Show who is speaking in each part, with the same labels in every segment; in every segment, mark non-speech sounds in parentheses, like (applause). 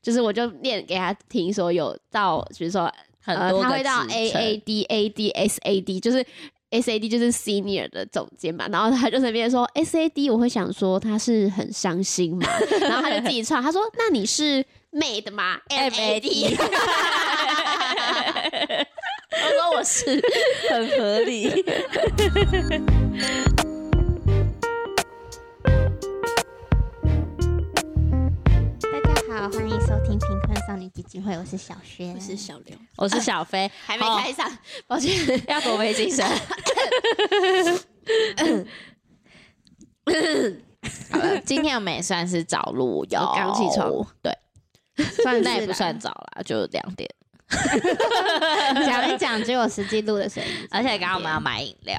Speaker 1: 就是我就念给他听，说有到比如说
Speaker 2: 很
Speaker 1: 呃，
Speaker 2: 多
Speaker 1: 他
Speaker 2: 个
Speaker 1: 会到
Speaker 2: 职
Speaker 1: A
Speaker 2: 称
Speaker 1: A D A D S A D，就是 S A D 就是 senior 的总监嘛，然后他就在那边说 S A D，我会想说他是很伤心 (laughs) 嘛，然后他就自己唱，他说那你是 made 吗 M A D，我说我是，
Speaker 2: (laughs) 很合理。
Speaker 3: 大家好，欢迎收听贫困少女基金会，我是小轩，我 (laughs)
Speaker 1: 是小刘，
Speaker 2: 我是小 (laughs) 飞，
Speaker 1: 还没
Speaker 2: 哦
Speaker 1: 开嗓，抱歉，
Speaker 2: 要国威精 (laughs) 神。好了，呃今天我们也算是早 (laughs) 录哟，
Speaker 1: 我刚起床，
Speaker 2: 对，
Speaker 3: 算
Speaker 2: 那也
Speaker 3: 是
Speaker 2: 不
Speaker 3: 啦
Speaker 2: 算早啦，就两点。
Speaker 3: 讲一讲，只有实际录的声音，
Speaker 2: 而且刚刚我们要买饮料，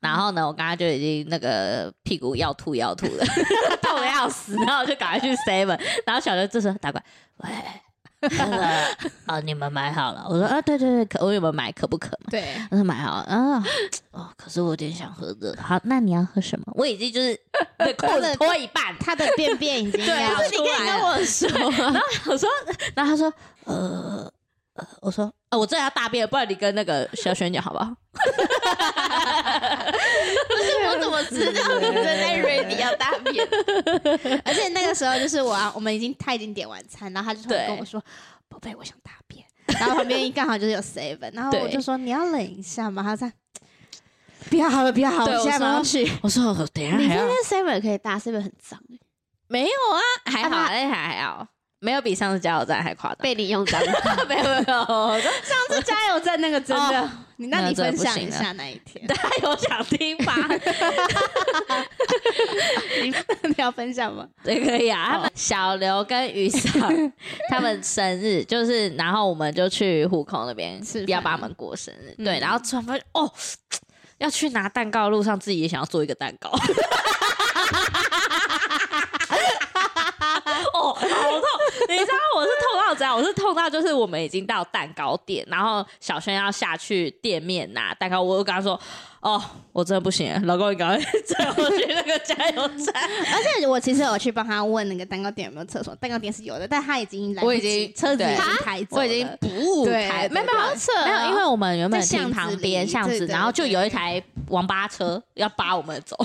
Speaker 2: 然后呢，我刚刚就已经那个屁股要吐要吐的， (laughs) 痛的要死，然后我就赶快去 seven，然后小刘这时候打过来，喂。那个啊，你们买好了？我说啊，对对对，可我有没有买？可不可嘛？
Speaker 4: 对，
Speaker 2: 他说买好了啊，哦，可是我有点想喝热的。好，那你要喝什么？我已经就是 (laughs) 被裤子脱一半，
Speaker 3: 他的便便已经要
Speaker 2: 不是你可以跟我说。 (laughs) 然后我说，然后他说，呃，呃我说，呃，我真的要大便了，不然你跟那个小轩讲好不好？
Speaker 1: (laughs) 我怎么知道你正在 ready 要大便？
Speaker 3: (laughs) 而且那个时候就是我、啊，我们已经他已经点完餐，然后他就突然
Speaker 2: 对
Speaker 3: 跟我说：“宝贝，我想大便。”然后旁边刚好就是有
Speaker 2: (laughs)
Speaker 3: seven，然后我
Speaker 2: 对
Speaker 3: 就说：“你要忍一下嘛。”他在，不要好了，不要好
Speaker 2: 对
Speaker 3: 了，
Speaker 2: 我
Speaker 3: 现在马上
Speaker 2: 说
Speaker 3: 去。
Speaker 2: 我说，呃等一下
Speaker 1: 你
Speaker 2: 还要
Speaker 1: 那 seven 可以大，seven 很脏欸，
Speaker 2: 没有啊？还好，
Speaker 1: 啊
Speaker 2: 哎，还还好，没有比上次加油站还夸张。
Speaker 1: 被你用脏。
Speaker 2: (laughs) 没有没有，我说
Speaker 3: 上次加油站那个真的，你那
Speaker 2: 哦那
Speaker 3: 你
Speaker 2: 真的
Speaker 3: 分
Speaker 2: 不
Speaker 3: 享
Speaker 2: 行啊
Speaker 3: 一
Speaker 2: 了
Speaker 3: 下那一天， (laughs)
Speaker 2: 大家有想听吗？
Speaker 3: 你要分享吗？
Speaker 2: 对，可以啊。
Speaker 3: 哦
Speaker 2: 他们小刘跟雨
Speaker 3: (laughs)
Speaker 2: 嫂他们生日，就是然后我们就去户口那边
Speaker 3: 吃饭
Speaker 2: 要帮他们过生日，
Speaker 3: 嗯
Speaker 2: 对，然后突然发现哦，要去拿蛋糕的路上，自己也想要做一个蛋糕。 (laughs) 哦，好痛！你知道我是痛到怎样？我是痛到就是我们已经到蛋糕店，然后小轩要下去店面拿蛋糕，我就跟他说：“哦，我真的不行了，老公，你赶快 (laughs) 载我去那个加油站。”
Speaker 3: 而且我其实有去帮他问那个蛋糕店有没有厕所，蛋糕店是有的，但他已经来不
Speaker 2: 我
Speaker 3: 及，
Speaker 2: 已经
Speaker 3: 车子已
Speaker 2: 对
Speaker 3: 经开走了，
Speaker 2: 我已经不
Speaker 3: 对
Speaker 2: 开，
Speaker 3: 没有没有好扯哦
Speaker 2: 没有，因为我们原本
Speaker 3: 在巷
Speaker 2: 停
Speaker 3: 子
Speaker 2: 旁边
Speaker 3: 里
Speaker 2: 巷
Speaker 3: 对
Speaker 2: 子，
Speaker 3: 对对
Speaker 2: 然后就有一台王八车要扒我们走。 (laughs)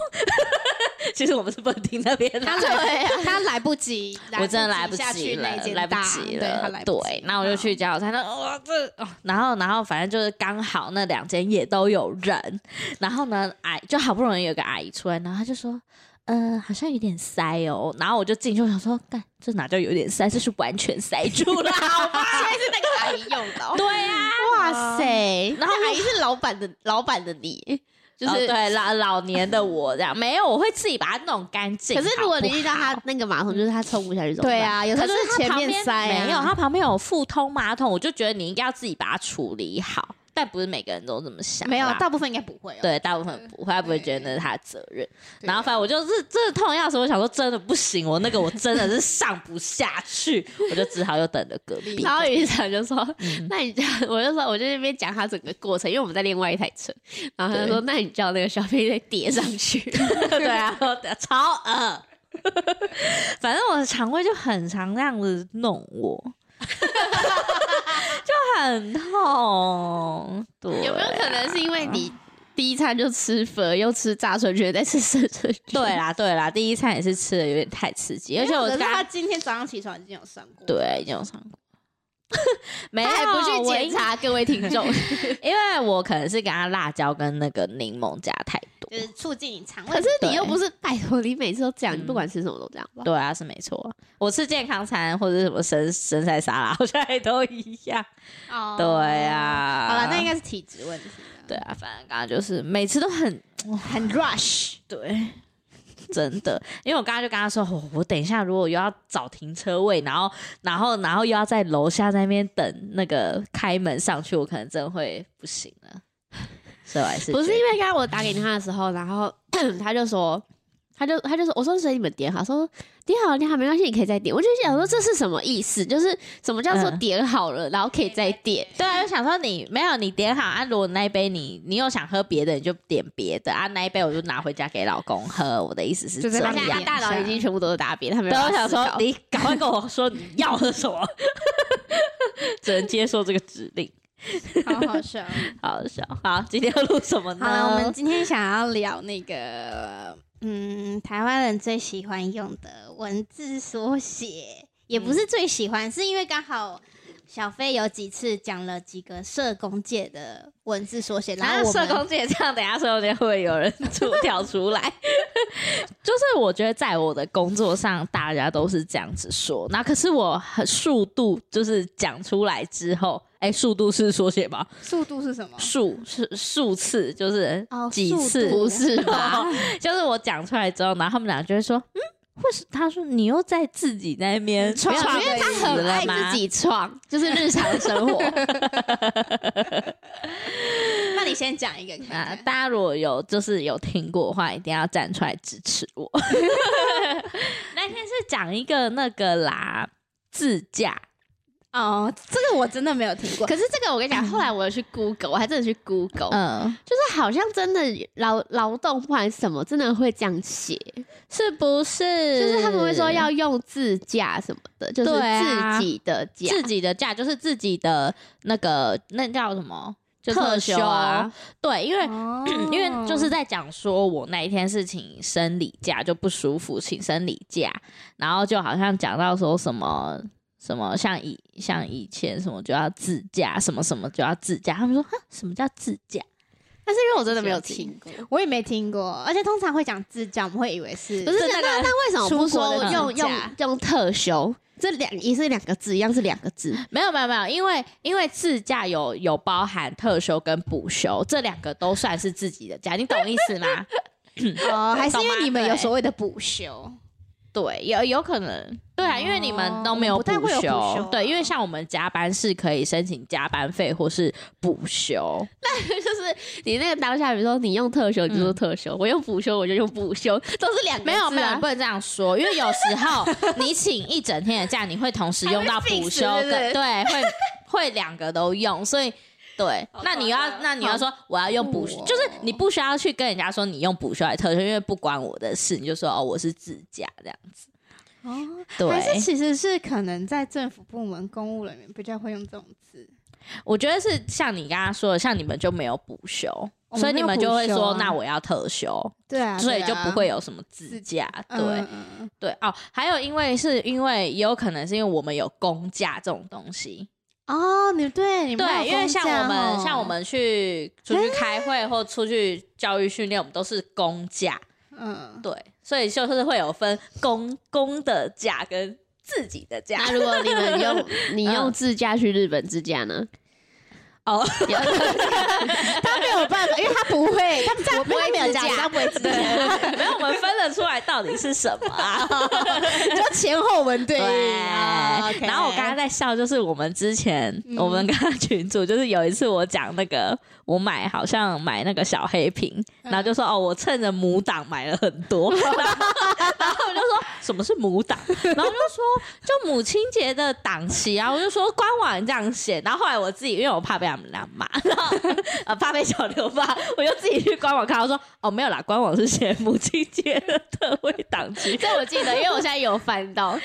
Speaker 2: 其实我们是不能停那边的，
Speaker 3: 他来他来不及，
Speaker 2: 我真的来
Speaker 3: 不
Speaker 2: 不
Speaker 3: 及下
Speaker 2: 及
Speaker 3: 去
Speaker 2: 了
Speaker 3: 那，间
Speaker 2: 来不
Speaker 3: 大
Speaker 2: 及
Speaker 3: 对他
Speaker 2: 了
Speaker 3: 来。不及嗯
Speaker 2: 对，那我就去加油站，那哇这，哦然后然后反正就是刚好那两间也都有人，然后呢，阿就好不容易有个阿姨出来，然后她就说。呃，好像有点塞哦，然后我就进去，我想说，干，这哪叫有点塞，这是完全塞住了，好吧？
Speaker 1: 是那个阿姨用的、
Speaker 2: 对啊，
Speaker 1: 哇塞！
Speaker 2: 然后
Speaker 1: 那阿姨是老板的老板的你，就
Speaker 2: 就是、
Speaker 1: 是、
Speaker 2: 哦对老老年的我这样，没有，我会自己把它弄干净。
Speaker 1: 可是如果你遇到
Speaker 2: 好不好
Speaker 1: 他那个马桶，就是他冲不下去怎么办？
Speaker 3: 对，啊，有时候
Speaker 2: 可
Speaker 3: 就是
Speaker 2: 它
Speaker 3: 前
Speaker 2: 旁
Speaker 3: 面
Speaker 2: 边
Speaker 3: 塞、啊，
Speaker 2: 没有，它旁边有复通马桶，我就觉得你应该要自己把它处理好，但不是每个人都这么想啦，啊
Speaker 3: 没有，大部分应该不会、哦。
Speaker 2: 对大部分不会，他不会觉得那是他的责任。
Speaker 3: 对，
Speaker 2: 然后反正我就是真的痛得要死，我想说真的不行，我那个我真的是上不下去，我就只好又等着隔
Speaker 3: (laughs)
Speaker 2: 壁。
Speaker 1: 然后雨伞就说：“ (laughs) 那你叫……我就说，我就在那边讲他整个过程，因为我们在另外一台车。然后他就说：‘那你叫那个小飞再叠上 (laughs) 去。
Speaker 2: 对啊，我的超饿。反正我的肠胃就很常这样子弄我，就很痛。对，’
Speaker 1: 有没有可能是因为你第一餐就吃粉，又吃炸春卷，再吃生春卷？ (laughs)
Speaker 2: 对啦，对啦，第一餐也是吃的有点太刺激，而且我
Speaker 3: 可是他
Speaker 2: 刚
Speaker 3: 今天早上起床已经有上过，，
Speaker 2: 对已经有上过，没有
Speaker 1: 他还哎不去
Speaker 2: 我
Speaker 1: 检
Speaker 2: 应
Speaker 1: 查各位听众，
Speaker 2: 因为我可能是给他辣椒跟那个柠檬加太多
Speaker 3: 就。是促进你肠胃。
Speaker 1: (laughs) 可是你又不是拜托，你每次都这样，你不管吃什么都这样吧？
Speaker 2: 对啊，是没错啊。我吃健康餐或者是什么生生菜沙拉，好像也都一样。
Speaker 3: 哦
Speaker 2: 对啊，
Speaker 3: 好了，那应该是体质问题了，
Speaker 2: 对啊，反正刚刚就是每次都很
Speaker 3: 很 rush，
Speaker 2: 对， (laughs) 真的，因为我刚刚就跟他说，哦我我等一下如果又要找停车位，然后然后然后又要在楼下在那边等那个开门上去，我可能真会不行了，所以我还是
Speaker 1: 不是 (coughs)
Speaker 2: 觉
Speaker 1: 因为刚刚我打给他的时候，然后他就说，他就他就说，我说所以你们点好，说点好了点好没关系，你可以再点。我就想说这是什么意思？就是什么叫做
Speaker 2: 嗯
Speaker 1: 点好了，然后可以再点？
Speaker 2: 对啊，就想说你没有你点好啊，如果那一杯你你又想喝别的，你就点别的啊，那一杯我就拿回家给老公喝。我的意思是
Speaker 3: 就
Speaker 2: 这
Speaker 3: 在
Speaker 1: 大
Speaker 2: 样
Speaker 3: 那。边
Speaker 1: 家大脑已经全部都是大便，他没有
Speaker 2: 对，我
Speaker 1: 办法
Speaker 2: 想
Speaker 1: 思考。
Speaker 2: 说你赶快跟我说你要喝什么， (laughs) 只能接受这个指令。
Speaker 3: (laughs) 好好笑。
Speaker 2: 好笑，好，今天要录什么呢？
Speaker 3: 好了，我们今天想要聊那个，嗯，台湾人最喜欢用的文字缩写，也不是最喜欢，是因为刚好小飞有几次讲了几个社工界的文字缩写，然
Speaker 2: 然
Speaker 3: 后
Speaker 2: 后
Speaker 3: 我
Speaker 2: 社
Speaker 3: 们
Speaker 2: 工界这样，等一下社工界会不会有人出跳出来。 (laughs) 就是我觉得在我的工作上，大家都是这样子说。那可是我很速度，就是讲出来之后，哎、速度是缩写吧？
Speaker 3: 速度是什么？
Speaker 2: 数是数次，就是
Speaker 3: 哦
Speaker 2: 几
Speaker 3: 速
Speaker 2: 次，
Speaker 3: 度
Speaker 1: 不是
Speaker 2: (laughs)
Speaker 1: 吧？
Speaker 2: 就是我讲出来之后，然后他们俩就会说，嗯。或是他说你又在自己那边
Speaker 1: 嗯
Speaker 3: 创
Speaker 2: 创
Speaker 3: 因为他
Speaker 2: 死
Speaker 1: 很
Speaker 2: 了
Speaker 1: 爱
Speaker 2: 吗
Speaker 1: 自己创，就是日常生
Speaker 2: (laughs)
Speaker 1: 活。
Speaker 3: (laughs) 那你先讲一个看
Speaker 2: 啊
Speaker 3: (laughs) 看，
Speaker 2: 大家如果有就是有听过的话，一定要站出来支持我。 (laughs) 那天是讲一个那个啦，自驾，
Speaker 3: 哦，这个我真的没有听过。
Speaker 1: 可是这个我跟你讲，后来我有去 Google，我还真的去 Google，、
Speaker 2: 嗯，
Speaker 1: 就是好像真的劳劳动不管什么，真的会这样写，
Speaker 2: 是不是？
Speaker 1: 就是他们会说要用自驾什么的，就是
Speaker 2: 对啊
Speaker 1: 自己的驾。
Speaker 2: 自己的假，就是自己的那个那叫什么？就
Speaker 1: 特
Speaker 2: 休啊，对，因为、
Speaker 3: (coughs) 哦
Speaker 2: 嗯因为就是在讲说，我那一天是请生理假，就不舒服，请生理假，然后就好像讲到说什么什么，像以像以前什么就要自驾，什么什么就要自驾，他们说哈，什么叫自驾？
Speaker 1: 但是因为我真的没有听过，
Speaker 3: 我也没听过，而且通常会讲自驾，我们会以为是
Speaker 1: 不是
Speaker 2: 就那个
Speaker 1: 那那为什么不
Speaker 3: 出
Speaker 1: 说
Speaker 3: 国的
Speaker 1: 用
Speaker 3: 自驾
Speaker 1: 用用特休？这两也是两个字，一样是两个字，
Speaker 2: 没有没有没有，因为因为自驾有有包含特休跟补休，这两个都算是自己的假，你懂意思吗？ (laughs)
Speaker 3: 哦，还是因
Speaker 2: 懂
Speaker 3: 为
Speaker 2: 吗
Speaker 3: 你们
Speaker 2: 对
Speaker 3: 有所谓的补休，
Speaker 2: 对，有有可能，对啊，因为你们都没有
Speaker 3: 不太
Speaker 2: 补
Speaker 3: 会有
Speaker 2: 休，
Speaker 3: 补休啊
Speaker 2: 对，因为像我们加班是可以申请加班费或是补休，
Speaker 1: (laughs) 就是你那个当下，比如说你用特休，你就说特休；我用补休，我就用补休， (laughs) 都是两个字、啊。
Speaker 2: 没有没有，你不能这样说，因为有时候你请一整天的假，你会同时用到补休
Speaker 3: 还会 fix，
Speaker 2: 跟
Speaker 3: 对不对
Speaker 2: 对，会会两个都用，所以。对，那你要
Speaker 3: 夸张
Speaker 2: 那你要说我要用补
Speaker 3: 酷哦
Speaker 2: 就是你不需要去跟人家说你用补休来特休，因为不关我的事，你就说哦我是自驾这样子。
Speaker 3: 哦，还是
Speaker 2: 对，
Speaker 3: 其实是可能在政府部门、公务人员比较会用这种字，
Speaker 2: 我觉得是像你刚刚说的，像你们就没有补休，
Speaker 3: 我们
Speaker 2: 所以你们就会
Speaker 3: 没有补休
Speaker 2: 说
Speaker 3: 啊
Speaker 2: 那我要特休，
Speaker 3: 对啊，
Speaker 2: 所以
Speaker 3: 对
Speaker 2: 就
Speaker 3: 啊
Speaker 2: 不会有什么自驾。对、
Speaker 3: 嗯嗯嗯
Speaker 2: 对哦，还有因为是因为也有可能是因为我们有公假这种东西，
Speaker 3: 哦，你对你们有
Speaker 2: 对，因为
Speaker 3: 公假
Speaker 2: 像我们
Speaker 3: 哦哎
Speaker 2: 像我们去出去开会或出去教育训练，我们都是公假，
Speaker 3: 嗯，
Speaker 2: 对，所以就是会有分公公的假跟自己的假。
Speaker 1: 那如果你们 (laughs) 用你用自驾去日本自驾呢？
Speaker 2: 哦，
Speaker 3: (laughs) 他没有办法，因为他不会， (laughs) 他他他没有假，他不会自驾，
Speaker 2: (laughs) 没有，我们分得出来到底是什么啊？
Speaker 3: 就前后文对应哦，OK
Speaker 2: 然后我刚刚
Speaker 3: (laughs)
Speaker 2: 在笑，就是我们之前、
Speaker 3: 嗯
Speaker 2: 我们刚刚群主，就是有一次我讲那个我买好像买那个小黑瓶，
Speaker 3: 嗯
Speaker 2: 然后就说哦，我趁着母档买了很
Speaker 3: (laughs)
Speaker 2: 多，然后然后我就说什么是母档，然后我就说就母亲节的档期啊，我就说官网这样写，然后后来我自己因为我怕被他们俩骂，然后呃怕被小刘骂，我就自己去官网看，我说哦没有啦，官网是写母亲节的特惠档
Speaker 1: (laughs)
Speaker 2: 期，
Speaker 1: 这我记得，因为我现在有翻 (laughs) 到。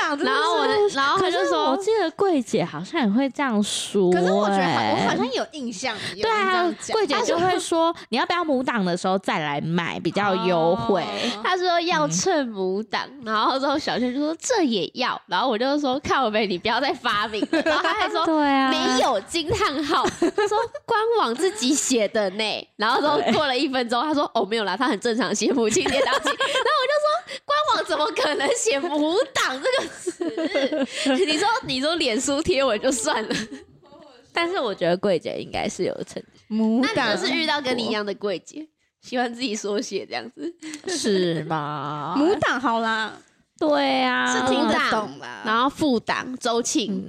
Speaker 3: 党真的
Speaker 1: 然后我的
Speaker 3: 是，
Speaker 1: 然后哦他
Speaker 2: 可
Speaker 1: 就是
Speaker 2: 我
Speaker 1: 说，
Speaker 2: 记得桂姐好像也会这样说、
Speaker 3: 可是我觉得好，
Speaker 2: 欸
Speaker 3: 我好像有印象，有
Speaker 2: 对
Speaker 3: 人这
Speaker 2: 啊
Speaker 3: 样，讲
Speaker 2: 桂姐就会说， (laughs) 你要不要母档的时候再来买比较优惠？
Speaker 3: 哦
Speaker 1: 他说要趁母档，然后之后小倩就说这也要，然后我就说看我呗，你不要再发明了。然后他还说。
Speaker 2: 对
Speaker 1: (laughs)
Speaker 2: 啊，
Speaker 1: 没有惊叹号，他说官网自己写的呢。然后之后
Speaker 2: 对
Speaker 1: 过了一分钟，他说哦没有啦，他很正常写母亲节档期。然后我就说官网怎么可能写母档这个词？ (laughs) 你说你说脸书贴文就算了，
Speaker 2: 但是我觉得桂姐应该是有成
Speaker 3: (laughs) 母
Speaker 1: 那
Speaker 3: 党
Speaker 1: 你就是
Speaker 3: (laughs)
Speaker 1: 遇到跟你一样的柜姐，喜欢自己缩写这样子。
Speaker 2: 是 (laughs) 吧
Speaker 3: 母党好啦，
Speaker 2: 对啊，
Speaker 3: 是
Speaker 1: 听
Speaker 3: 听
Speaker 1: 得
Speaker 3: 得
Speaker 1: 懂
Speaker 3: 懂啦。
Speaker 1: 然后副党周庆，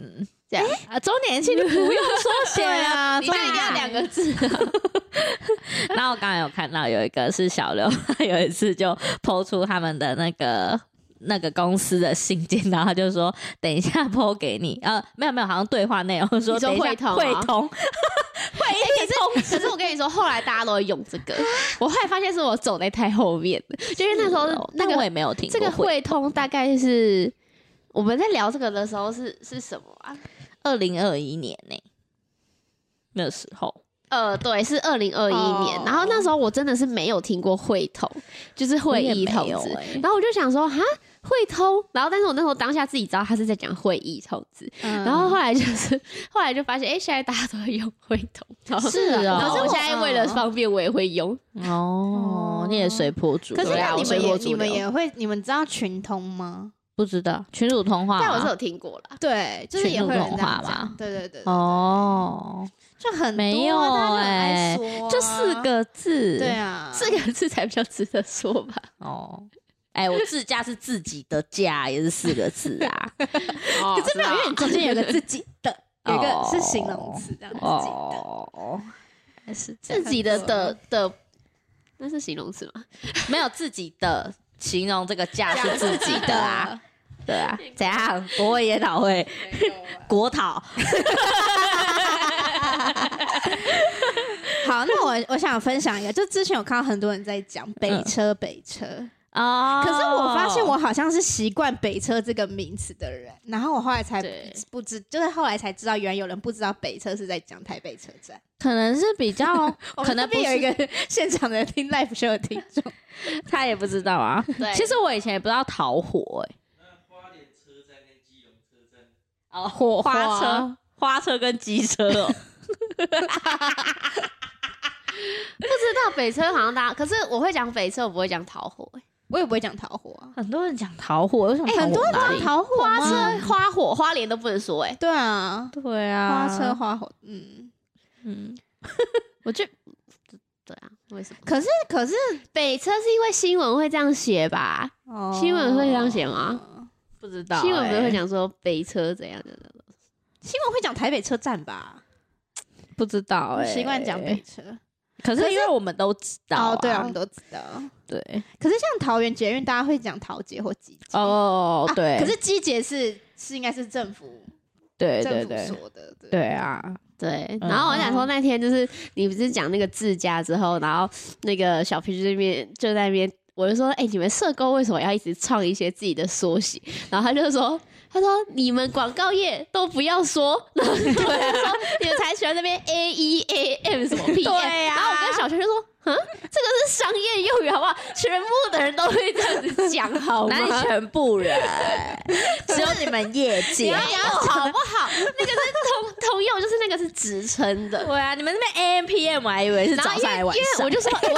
Speaker 1: 这样
Speaker 2: 啊，周年庆就不用缩写
Speaker 3: 啊
Speaker 2: 了， (laughs)
Speaker 1: 你
Speaker 2: 就
Speaker 1: 就一定要两个
Speaker 2: (laughs)
Speaker 1: 字啊、
Speaker 2: 然后我刚才有看到有一个是小刘， (laughs) 他有一次就抛出他们的那个那个公司的信件，然后他就说等一下抛给你，呃，没有没有，好像对话内容说
Speaker 1: 你说
Speaker 2: 等一下
Speaker 1: 会通
Speaker 2: 会
Speaker 1: 哦
Speaker 2: 通，
Speaker 1: 可是，可是我跟你说，后来大家都会用这
Speaker 2: (laughs)
Speaker 1: 个。我后来发现是我走在太后面了，就因为那时候那
Speaker 2: 但哦我
Speaker 1: 个
Speaker 2: 也没有听
Speaker 1: 这
Speaker 2: 过
Speaker 1: 个汇通大概是我们在聊这个的时候是是什么啊？
Speaker 2: 二零二一年呢、那时候
Speaker 1: 呃，对，是二零二一年
Speaker 3: 哦。
Speaker 1: 然后那时候我真的是没有听过汇通，就是会议通
Speaker 2: 我也没有
Speaker 1: 知。 (laughs)
Speaker 2: 欸
Speaker 1: 然后我就想说，哈，汇通。然后但是我那时候当下自己知道他是在讲会议通知。
Speaker 3: 嗯
Speaker 1: 然后后来就是 (laughs) 后来就发现，哎、现在大家都会用汇通。然后
Speaker 2: (laughs) 是
Speaker 1: (laughs)
Speaker 2: 哦
Speaker 1: 然后我现在为了
Speaker 3: 嗯
Speaker 1: 方便，我也会用。
Speaker 2: 哦，你也随波逐
Speaker 3: 可
Speaker 2: 流，
Speaker 3: 是
Speaker 1: 对
Speaker 3: 那
Speaker 1: 啊
Speaker 3: 你
Speaker 1: 我是
Speaker 3: 们也
Speaker 1: 我主
Speaker 3: 你们
Speaker 1: 流
Speaker 3: 也会你们知道群通吗？
Speaker 2: 不知道群主通话吗，
Speaker 1: 啊但我是有听过啦。
Speaker 3: 对，就是也
Speaker 2: 群
Speaker 3: 会
Speaker 2: 通
Speaker 3: 有人这样
Speaker 2: 话吧
Speaker 3: 讲，对对对，对，
Speaker 2: 哦，
Speaker 3: 就很
Speaker 2: 没有
Speaker 3: 哎
Speaker 2: 哎，就四个字，
Speaker 3: 对啊， (laughs)
Speaker 1: 这个字才比较值得说 (laughs) 吧。
Speaker 2: 哦，哎、我自驾是自己的驾，也是四个字啊。
Speaker 1: 可
Speaker 3: 可是没
Speaker 2: (laughs)
Speaker 3: 有，因为你中间
Speaker 1: (laughs)
Speaker 3: 有个自己的，啊有一个
Speaker 2: 哦
Speaker 3: 是形容词，这样自己的
Speaker 2: 哦，还是这
Speaker 1: 自
Speaker 2: 样
Speaker 1: 己的的的，那是形容词吗？
Speaker 2: 没有自己的形容这个驾是自己的啊，，对啊，怎样？国文研讨会，国讨，
Speaker 3: (laughs) 好，那我我想分享一个，就之前有看到很多人在讲北
Speaker 2: 嗯
Speaker 3: 车北车，
Speaker 2: 哦
Speaker 3: 可是我发现我好像是习惯北车这个名词的人，然后我后来才
Speaker 1: 对
Speaker 3: 不知，就是后来才知道，原来有人不知道北车是在讲台北车站。
Speaker 2: 可能是比较，
Speaker 3: 我
Speaker 2: 可
Speaker 3: 们
Speaker 2: 能
Speaker 3: 那
Speaker 2: 不
Speaker 3: 边有一
Speaker 2: 是
Speaker 3: 个现场的听 live show 的听众，
Speaker 2: (laughs) 他也不知道啊。
Speaker 1: (laughs) 对
Speaker 2: 其实我以前也不知道桃火、哎，哦，火花车。花车跟机车哦，
Speaker 1: 不知道北车好像大家，可是我会讲北车，我不会讲桃火、欸
Speaker 3: 我也不会讲桃花、啊，
Speaker 2: 很多人讲桃火，为什么
Speaker 3: 哎、很多人
Speaker 2: 讲
Speaker 3: 讲桃花
Speaker 1: 花
Speaker 3: 吗
Speaker 1: 车、花火、花莲都不能说哎、
Speaker 3: 对啊，
Speaker 2: 对
Speaker 3: 花
Speaker 2: 啊，
Speaker 3: 车花火，嗯，
Speaker 2: 嗯，
Speaker 1: 我就对啊，为什么？
Speaker 3: 可是可是、
Speaker 1: 北车是因为新闻会这样写吧？
Speaker 3: 哦
Speaker 1: 新闻会这样写吗？
Speaker 2: 不知道、
Speaker 1: 新闻不是会
Speaker 2: 欸
Speaker 1: 讲说北车怎样怎样？
Speaker 3: 新闻会讲台北车站吧？
Speaker 2: 不知道
Speaker 3: 我
Speaker 2: 哎、
Speaker 3: 习惯讲北车。
Speaker 2: 可是因为我们都知道、啊
Speaker 3: 哦，对啊，我们都知道。
Speaker 2: 对，
Speaker 3: 可是像桃园捷运，大家会讲桃捷或机捷。
Speaker 2: 哦
Speaker 3: 啊，
Speaker 2: 对，
Speaker 3: 可是机捷是是应该是政府
Speaker 2: 对对
Speaker 3: 政府
Speaker 2: 对
Speaker 3: 说的，对。
Speaker 2: 对啊，
Speaker 1: 对，
Speaker 2: 嗯
Speaker 1: 然后我想说那天就是你不是讲那个自家之后，然后那个小皮就在那边就在那边，我就说，哎、你们社工为什么要一直创一些自己的缩写？然后他就说，他说你们广告业都不要说， (laughs) 然后我就说你们才喜欢那边 A E A M 什么 P M，、
Speaker 2: 对啊
Speaker 1: 然后我跟小学就说，嗯，这个是商业用语好不好？全部的人都会这样子讲好吗？
Speaker 2: 哪里全部人，只有你们业
Speaker 1: 你
Speaker 2: 界
Speaker 1: 要。讲好不好？那个是 (laughs) 通通用，就是那个是职称的。
Speaker 2: 对啊，你们那边 A M P M 我还以为是
Speaker 1: 然
Speaker 2: 早
Speaker 1: 后因
Speaker 2: 上还
Speaker 1: 为
Speaker 2: 是晚
Speaker 1: 因为
Speaker 2: 上
Speaker 1: 我，
Speaker 2: (laughs)
Speaker 1: 就说，我就说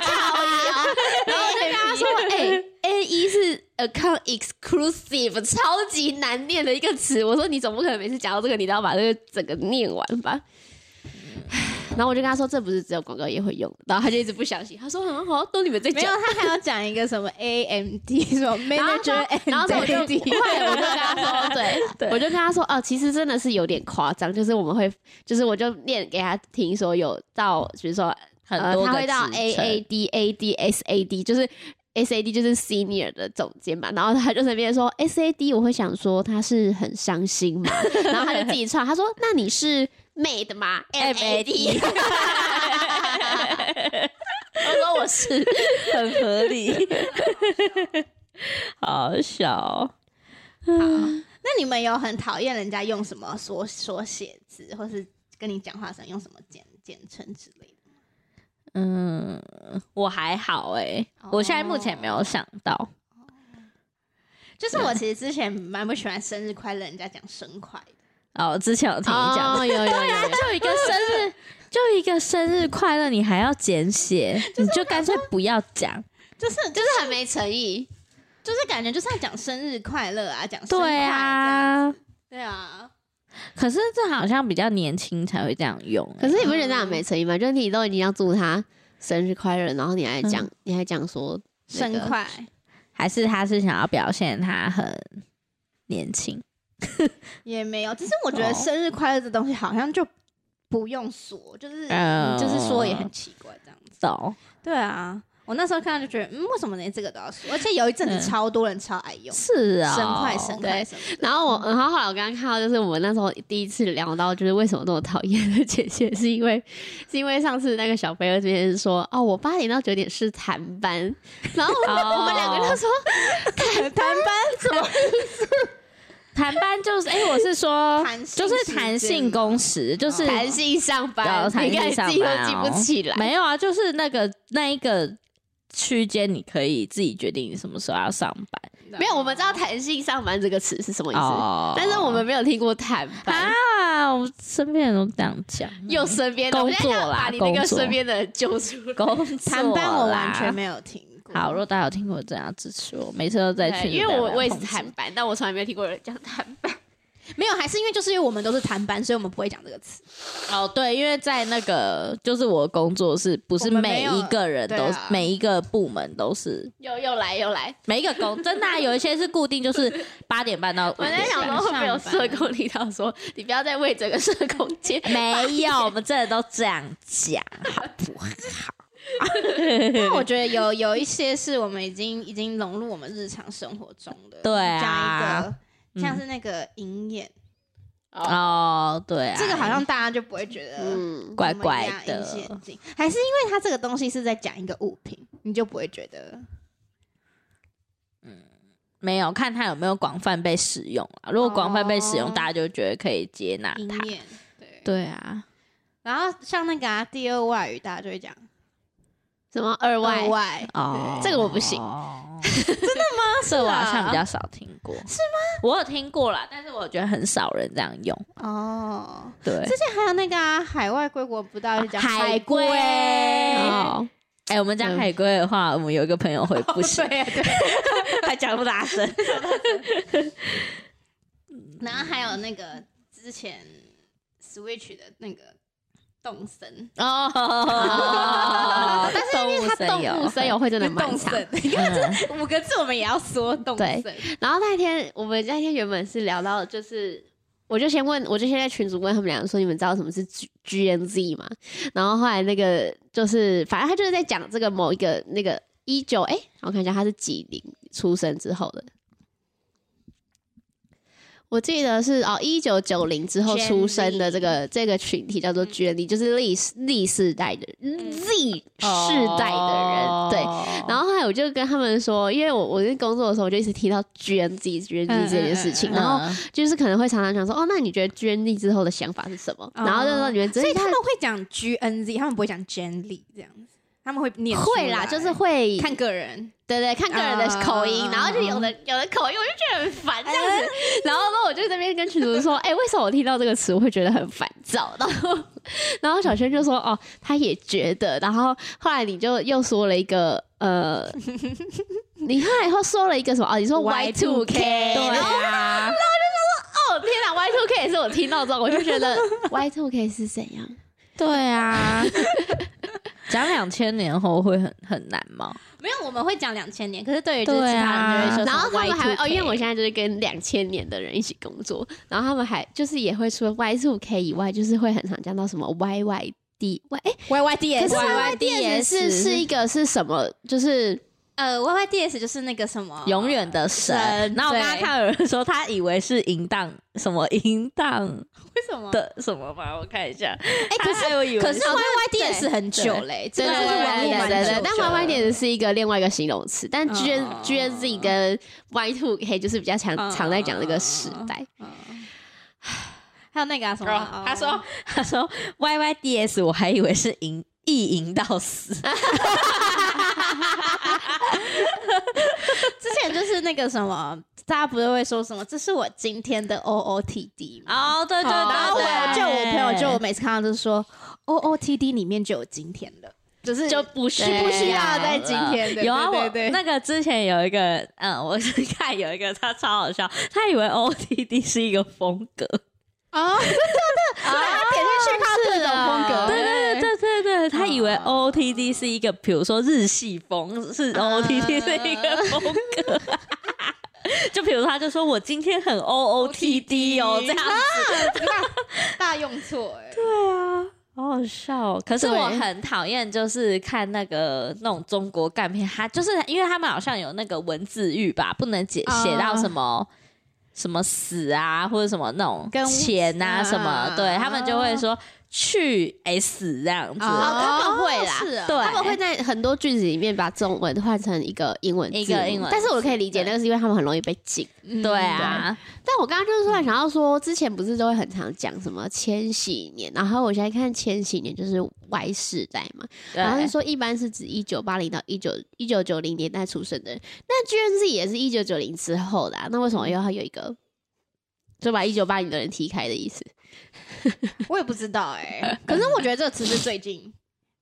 Speaker 1: 靠腰哦然后我就跟他
Speaker 2: (laughs)
Speaker 1: 说，哎、a 一是 account exclusive，超级难念的一个词。我说你总不可能每次讲到这个，你都要把这个整个念完吧？ (sighs) 然后我就跟他说，这不是只有广告也会用的，然后他就一直不相信，他说很好，都你们在
Speaker 3: 没有
Speaker 1: 讲。，
Speaker 3: 他还要讲一个什么 AMD 什么
Speaker 1: 然后他
Speaker 3: manager，and
Speaker 1: 然后所以我就
Speaker 3: AD
Speaker 1: (laughs) 后来我就跟他说，
Speaker 2: (laughs)
Speaker 1: 对，我就跟他说，哦，其实真的是有点夸张，就是我们会，就是我就念给他听，说有到，比如说
Speaker 2: 很
Speaker 1: 呃、
Speaker 2: 多个
Speaker 1: 他会到
Speaker 2: 职
Speaker 1: A
Speaker 2: 称
Speaker 1: A
Speaker 2: (laughs)
Speaker 1: D A D S A D，就是 S A D 就是 senior 的总监嘛，然后他就在那边说 S A D，我会想说他是很伤心
Speaker 2: (laughs)
Speaker 1: 嘛，然后他就自己唱，他说那你是 made 吗
Speaker 2: M A D (laughs)
Speaker 1: 我说我是，
Speaker 2: 很合理， (laughs) 好小哦。
Speaker 3: 那你们有很讨厌人家用什么缩缩写字，或是跟你讲话的时候用什么简简称之类的？
Speaker 2: 嗯，我还好哎、
Speaker 1: 哦
Speaker 2: 我现在目前没有想到。
Speaker 3: 就是我其实之前蛮不喜欢生日快乐，人家讲生快的，
Speaker 2: 哦，之前有听你讲，
Speaker 1: 哦，有有有有，
Speaker 2: 啊就一个生日，就一个生日快乐，你还要简写，你就干脆不要讲。
Speaker 3: 就是就
Speaker 1: 就是很没诚意。
Speaker 3: 就是感觉就是要讲生日快乐啊，讲生
Speaker 2: 对
Speaker 3: 快乐，
Speaker 2: 啊，
Speaker 3: 对啊，
Speaker 2: 可是这好像比较年轻才会这样用、欸
Speaker 1: 可是你不觉得
Speaker 2: 嗯
Speaker 1: 这样很没诚意吗？就是你都已经要祝他生日快乐，然后你还讲，
Speaker 2: 嗯
Speaker 1: 你还讲说那
Speaker 3: 生
Speaker 1: 个
Speaker 3: 快
Speaker 2: 还是他是想要表现他很年轻，
Speaker 3: 也没有，只是我觉得
Speaker 2: 哦
Speaker 3: 生日快乐这东西好像就不用说，就是、
Speaker 2: 嗯
Speaker 3: 就是说也很奇怪这样子。
Speaker 2: 懂？
Speaker 3: 哦对啊，我那时候看到就觉得，嗯，为什么连这个都要说？而且有一阵子
Speaker 2: 嗯
Speaker 3: 超多人超爱用，
Speaker 2: 是啊、
Speaker 3: 生快生快
Speaker 1: 对
Speaker 3: 生快。
Speaker 1: 然后我，然后后来我刚刚看到，就是我们那时候第一次聊到，就是为什么那么讨厌的姐姐，是因为是因为上次那个小飞儿这边说，哦，我八点到九点是谈班，然后
Speaker 2: 哦
Speaker 1: 我们两个就说，
Speaker 2: (laughs)
Speaker 3: 谈班怎么？
Speaker 2: 谈班就是，哎、我是说
Speaker 3: 弹，性
Speaker 2: 就是
Speaker 3: 时
Speaker 2: 弹
Speaker 3: 间
Speaker 2: 性
Speaker 3: 吗
Speaker 2: 工时，就是
Speaker 3: 哦
Speaker 1: 弹性上
Speaker 2: 哦
Speaker 1: 班，
Speaker 2: 弹
Speaker 1: 你看
Speaker 2: 性
Speaker 1: 你
Speaker 2: 上
Speaker 1: 自己
Speaker 2: 班
Speaker 1: 都记
Speaker 2: 哦
Speaker 1: 不起来，
Speaker 2: 没有啊，就是那个那一个区间，你可以自己决定你什么时候要上班。
Speaker 1: 没有，我们知道弹性上班这个词是什么意思，
Speaker 2: 哦
Speaker 1: 但是我们没有听过谈班。
Speaker 2: 啊，我身边人都这样讲，
Speaker 1: 又身边的，
Speaker 2: 工
Speaker 1: 我现在要
Speaker 2: 作啦
Speaker 1: 把你那个
Speaker 2: 工作
Speaker 1: 身边的人揪出来。
Speaker 2: 工作
Speaker 3: 谈班我完全
Speaker 2: 没。
Speaker 3: 没有听过。
Speaker 2: 好，如果大家有听过，真的要支持我，每次都 (laughs) 在
Speaker 1: 对
Speaker 2: 群，
Speaker 1: 因
Speaker 2: 里
Speaker 1: 为
Speaker 2: 面
Speaker 1: 我我也是
Speaker 2: 抨击
Speaker 1: 谈班，但我从来没有听过有人讲谈班。 (laughs)
Speaker 3: 没有，还是因为就是因为我们都是谈班，所以我们不会讲这个词。
Speaker 2: 哦，对，因为在那个就是我的工作是不是
Speaker 3: 我们没
Speaker 2: 每
Speaker 3: 有
Speaker 2: 一个人都
Speaker 3: 对
Speaker 2: 是、
Speaker 3: 啊
Speaker 2: 每一个部门都是
Speaker 1: 又又来又来，
Speaker 2: 每一个工真的啊、有一些是固定，就是 (laughs) 八点半到五
Speaker 1: 我
Speaker 2: 点
Speaker 1: 在想
Speaker 2: 半。
Speaker 1: 说会不会有社
Speaker 2: 啊
Speaker 1: 工领导说，你不要再为整个
Speaker 3: (laughs)
Speaker 1: 社工界
Speaker 2: 没有，我们真的都这样讲，好不好？
Speaker 3: 但我觉得有有一些是我们已经已经融入我们日常生活中的。
Speaker 2: 对啊
Speaker 3: 讲一个像是那个银眼，
Speaker 1: 哦，
Speaker 2: 哦，对啊，
Speaker 3: 这个好像大家就不会觉得
Speaker 1: 嗯，
Speaker 2: 怪怪
Speaker 3: 怎么样隐形
Speaker 2: 的
Speaker 3: 眼镜，还是因为它这个东西是在讲一个物品，你就不会觉得
Speaker 2: 没有看它有没有广泛被使用啊。如果广泛被使用，
Speaker 3: 哦
Speaker 2: 大家就觉得可以接纳
Speaker 3: 鹰
Speaker 2: 它。
Speaker 3: 眼。对，
Speaker 2: 对啊，
Speaker 3: 然后像那个、啊、第二外语，大家就会讲
Speaker 1: 什么二外
Speaker 3: 外外，
Speaker 2: 哦，
Speaker 1: 这个我不行
Speaker 2: (laughs) 真的吗？这我好像比
Speaker 3: 是啊
Speaker 2: 较少听过，是吗？我有听过啦，但是我觉得很少人这样用。
Speaker 3: 哦，
Speaker 2: 对，
Speaker 3: 之前还有那个、啊、海外归国不到就讲
Speaker 2: 海
Speaker 3: 归，
Speaker 2: 归
Speaker 3: 哦
Speaker 1: 哦，
Speaker 2: 哎、我们讲
Speaker 1: 嗯
Speaker 2: 海龟的话，我们有一个朋友会不 (laughs) 行，
Speaker 3: 对啊对。
Speaker 2: 哦还讲那么大声。
Speaker 3: (laughs) 然后还有那个之前 Switch 的那个动森，
Speaker 2: 哦，但是因为
Speaker 1: 他动物声友会真的蛮
Speaker 3: 动
Speaker 1: 长。
Speaker 3: 森，因为这五个字我们也要说动森，
Speaker 1: 然后那天我们那天原本是聊到就是。我就先问，我就先在群主问他们两个说，你们知道什么是 G G N Z 吗？然后后来那个就是，反正他就是在讲这个某一个那个一九，哎，我看一下他是几零出生之后的。我记得是哦，一九九零之后
Speaker 3: Gen
Speaker 1: 出生的这个这个群体叫做 G N Z，就是历世历世代的 Z 世代的人，
Speaker 2: 哦
Speaker 1: 对。
Speaker 3: 哦
Speaker 1: 然后后来我就跟他们说，因为我我在工作的时候，我就一直提到 GNZ GNZ 这件事情，
Speaker 3: 嗯嗯嗯嗯
Speaker 1: 然后就是可能会常常想说，哦，那你觉得 GNZ 之后的想法是什么？
Speaker 3: 哦
Speaker 1: 然后就说你们真
Speaker 3: 所以
Speaker 1: 的
Speaker 3: 他们会讲 G N Z，他们不会讲 Gen Z 这样子，他们会念出
Speaker 1: 会啦，
Speaker 3: 来
Speaker 1: 就是会
Speaker 3: 看个人。
Speaker 1: 对对，看个人的口音，
Speaker 3: 嗯嗯嗯
Speaker 1: 然后就有的有的口音，我就觉得很烦这样子。然后呢，我就这边跟群主说，哎、为什么我听到这个词我会觉得很烦躁？然后， (laughs) 然后小轩就说，哦，他也觉得。然后后来你就又说了一个， (laughs) 呃，你后来又说了一个什么？哦，你说 Y two K，
Speaker 2: 对
Speaker 1: 然后
Speaker 2: 啊，
Speaker 1: 哦，天哪，Y two K 也是我听到之后，我就觉得 (laughs) Y two K 是怎样？
Speaker 2: 对啊。讲两千年后会很很难吗？
Speaker 3: (laughs) 没有，我们会讲两千年，可是对于
Speaker 2: 就是其他人就会
Speaker 1: 啊
Speaker 2: 说
Speaker 1: 然后他们还会哦，因为我
Speaker 3: 想
Speaker 1: 现在就是跟两千年的人一起工作，然后他们还就是也会除了 Y 2 K 以外，就是会很常讲到什么 Y Y D Y，哎、
Speaker 3: Y Y D
Speaker 1: 可
Speaker 3: S，
Speaker 1: 是 Y Y D
Speaker 2: YYDS
Speaker 1: 是是一个是什么？就是
Speaker 3: 呃 Y Y D S 就是那个什么
Speaker 2: 永远的神。
Speaker 3: 哦神
Speaker 2: 然后我
Speaker 3: 对
Speaker 2: 刚刚看到有人说他以为是淫荡什么淫荡
Speaker 3: (laughs) 为什么？
Speaker 2: 的什么吧，我看一下。
Speaker 3: 哎，可是
Speaker 2: 他还以为
Speaker 3: 可是 Y Y D
Speaker 2: 对
Speaker 3: S 很久嘞，这
Speaker 1: 对
Speaker 3: 个
Speaker 1: 对
Speaker 3: 是
Speaker 1: 对
Speaker 3: 网络
Speaker 1: 对
Speaker 3: 蛮
Speaker 1: 对
Speaker 3: 久
Speaker 1: 对
Speaker 3: 的，
Speaker 1: 但 Y Y 点是一个另外一个形容词，但 G N
Speaker 3: 哦
Speaker 1: G N Z 跟 Y 2 K 就是比较常
Speaker 3: 哦
Speaker 1: 常在讲这个时代。
Speaker 3: 嗯还有那个啊什么
Speaker 2: 哦
Speaker 3: 啊，
Speaker 2: 他说他说 Y Y D S，我还以为是淫意淫到死。
Speaker 3: 之前就是那个什么，大家不是会说什么？这是我今天的 O O T D 吗？
Speaker 2: 哦，对对
Speaker 3: 然后我
Speaker 2: 对，
Speaker 3: 就我朋友就我每次看到就是说 O O T D 里面就有今天的，就是
Speaker 2: 就不需
Speaker 3: 不需要在今天的
Speaker 2: 有啊，
Speaker 3: 对对
Speaker 2: 我
Speaker 3: 对
Speaker 2: 那个之前有一个，嗯， (laughs) 我是看有一个他超好笑，他以为 O T D 是一个风格，
Speaker 3: 啊， (laughs) 真的真的，大家点进去看各种风
Speaker 1: 哦
Speaker 3: 格，
Speaker 2: 对对对对对，他以为
Speaker 3: 哦
Speaker 2: O T D 是一
Speaker 3: 啊
Speaker 2: 个，比如说日系风，是 O T D 是一个风格。 (laughs) 就比如他就说我今天很 O O T D 哦，这样
Speaker 3: 大用错哎、
Speaker 2: 好好笑、哦。可是
Speaker 1: 对
Speaker 2: 我很讨厌，就是看那个那种中国干片，他就是因为他们好像有那个文字狱吧，不能解
Speaker 3: 啊
Speaker 2: 写到什么。什么死啊，或者什么那种
Speaker 3: 跟
Speaker 2: 钱啊，
Speaker 3: 啊
Speaker 2: 什么对他们就会说去 S 这样
Speaker 1: 哦
Speaker 2: 子，
Speaker 1: 他们会啦
Speaker 3: 哦是啊
Speaker 2: 对
Speaker 1: 他们会在很多句子里面把中文换成一个英文字母
Speaker 2: 一个英文
Speaker 1: 但是我可以理解
Speaker 2: 字对
Speaker 1: 那个是因为他们很容易被禁。
Speaker 3: 嗯
Speaker 2: 对啊，
Speaker 1: 但我刚刚就是突
Speaker 2: 嗯
Speaker 1: 然想到说，之前不是都会很常讲什么千禧年，然后我现在看千禧年就是 Y 世代嘛，
Speaker 2: 对
Speaker 1: 然后就说一般是指一九八零到一九一九九零年代出生的人，那 G N Z 也是一九九零之后的、啊，那为什么又要有一个就把一九八零的人踢开的意思？
Speaker 3: 我也不知道哎、
Speaker 1: (laughs)
Speaker 3: 可是我觉得这个词是最近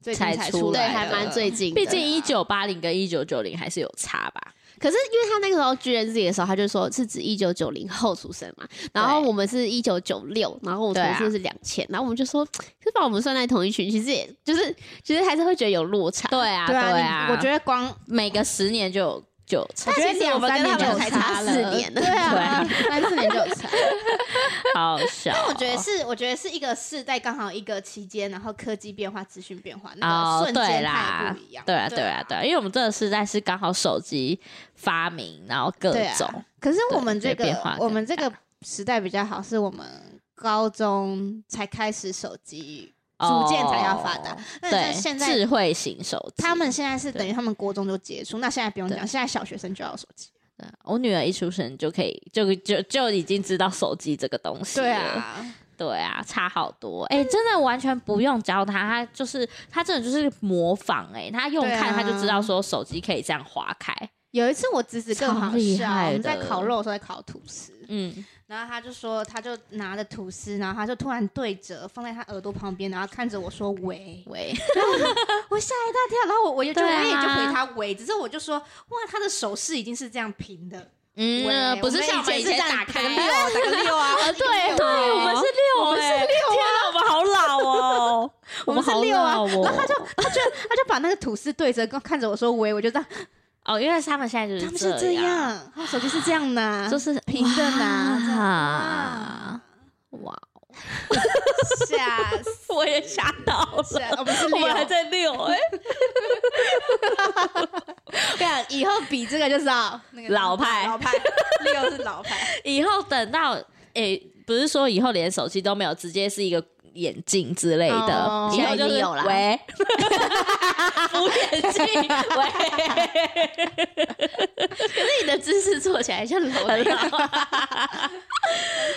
Speaker 3: 最近
Speaker 2: 才
Speaker 3: 才
Speaker 2: 出
Speaker 3: 出
Speaker 1: 对，
Speaker 2: 来
Speaker 3: 来的，
Speaker 1: 还蛮最近的，
Speaker 2: 毕竟一九八零跟一九九零还是有差吧。
Speaker 1: 可是因为他那个时候 G N Z 的时候，他就说是指一九九零后出生嘛，然后我们是一九九六，然后我同
Speaker 2: 对啊
Speaker 1: 事是两千、然后我们就说，就把我们算在同一群，其实也就是其实还是会觉得有落差。
Speaker 2: 对啊，
Speaker 3: 对啊，
Speaker 2: 对
Speaker 3: 你
Speaker 2: 啊，
Speaker 3: 我觉得光
Speaker 2: 每个十年就有就有差
Speaker 3: 我。觉得
Speaker 1: 其实我
Speaker 3: 两
Speaker 1: 们
Speaker 3: 三
Speaker 1: 跟
Speaker 3: 年
Speaker 1: 他
Speaker 3: 就
Speaker 1: 们
Speaker 3: 有
Speaker 1: 才
Speaker 3: 差
Speaker 1: 差
Speaker 3: 了
Speaker 1: 四年呢
Speaker 3: 对啊，三四年就有差。
Speaker 2: 好笑。
Speaker 3: 但我觉得是，我觉得是一个世代刚好一个期间，然后科技变化、资讯变化，那
Speaker 2: 哦
Speaker 3: 个，瞬
Speaker 2: 对
Speaker 3: 间
Speaker 2: 啦
Speaker 3: 太不一样。，
Speaker 2: 对啊，对啊，对啊，因为我们这个时代是刚好手机发明，然后各
Speaker 3: 对啊
Speaker 2: 种，
Speaker 3: 可是我们
Speaker 2: 对
Speaker 3: 这
Speaker 2: 变化
Speaker 3: 个
Speaker 2: 更
Speaker 3: 我们这个时代比较好，是我们高中才开始手机，啊逐渐才要发达
Speaker 2: 哦
Speaker 3: 那
Speaker 2: 对，
Speaker 3: 像现在
Speaker 2: 智慧型手机。
Speaker 3: 他们现在是
Speaker 2: 对
Speaker 3: 等于他们国中就接触，那现在不用
Speaker 2: 对
Speaker 3: 讲，现在小学生就要有手机。
Speaker 2: 对啊我女儿一出生就可以，就就就已经知道手机这个东西。
Speaker 3: 对，啊，
Speaker 2: 对啊，差好多。哎、真的完全不用教他，他就是他真的就是模仿、哎，他用
Speaker 3: 对啊
Speaker 2: 看他就知道说手机可以这样划开。
Speaker 3: 有一次我侄子更
Speaker 2: 超
Speaker 3: 好
Speaker 2: 厉
Speaker 3: 笑，
Speaker 2: 害
Speaker 3: 我们在
Speaker 2: 的
Speaker 3: 烤肉的时候在烤吐司，
Speaker 2: 嗯，
Speaker 3: 然后他就说，他就拿着吐司，然后他就突然对折放在他耳朵旁边，然后看着我说喂，
Speaker 1: 喂，
Speaker 3: (laughs) 我吓一大跳，然后我我就就、
Speaker 2: 对啊
Speaker 3: 我也就回他喂，只是我就说哇，他的手势已经是这样平的，
Speaker 2: 嗯，呃
Speaker 3: 喂
Speaker 2: 不是
Speaker 3: 我们
Speaker 2: 像我们以
Speaker 3: 以
Speaker 2: 前
Speaker 3: 前是这样
Speaker 2: 打开
Speaker 3: 打个六，打个六
Speaker 2: (laughs)
Speaker 3: 啊，
Speaker 2: 对
Speaker 3: 对
Speaker 2: 对，我们是六，我们是六，啊 (laughs) 天哪，我们好老哦，
Speaker 3: (laughs) 我们是六啊
Speaker 2: 我们好老哦
Speaker 3: 然后他就他就他就把那个吐司对折，跟看着我说喂，我就这样，
Speaker 2: 哦，因为他们现在就是
Speaker 3: 他们是
Speaker 2: 这
Speaker 3: 这，样，他们手机是这样拿，
Speaker 2: 就是
Speaker 3: 平的拿这样
Speaker 2: 啊，哇，
Speaker 3: 吓死
Speaker 2: 我也吓到了。
Speaker 3: 吓，我哦们是
Speaker 2: (laughs) 我
Speaker 3: 六
Speaker 2: 们，还在六哎、
Speaker 3: 干以后比这个就知道那个
Speaker 2: 老派
Speaker 3: 老派六是老派。
Speaker 2: (laughs) 以后等到哎、不是说以后连手机都没有，直接是一个眼镜之类的，
Speaker 3: 哦
Speaker 2: 以后
Speaker 1: 现在已
Speaker 2: 就是
Speaker 1: 经有啦
Speaker 2: 喂，啊 (laughs) 扶眼镜，喂，
Speaker 1: 可是你的姿势做起来像老人，啊
Speaker 3: (laughs)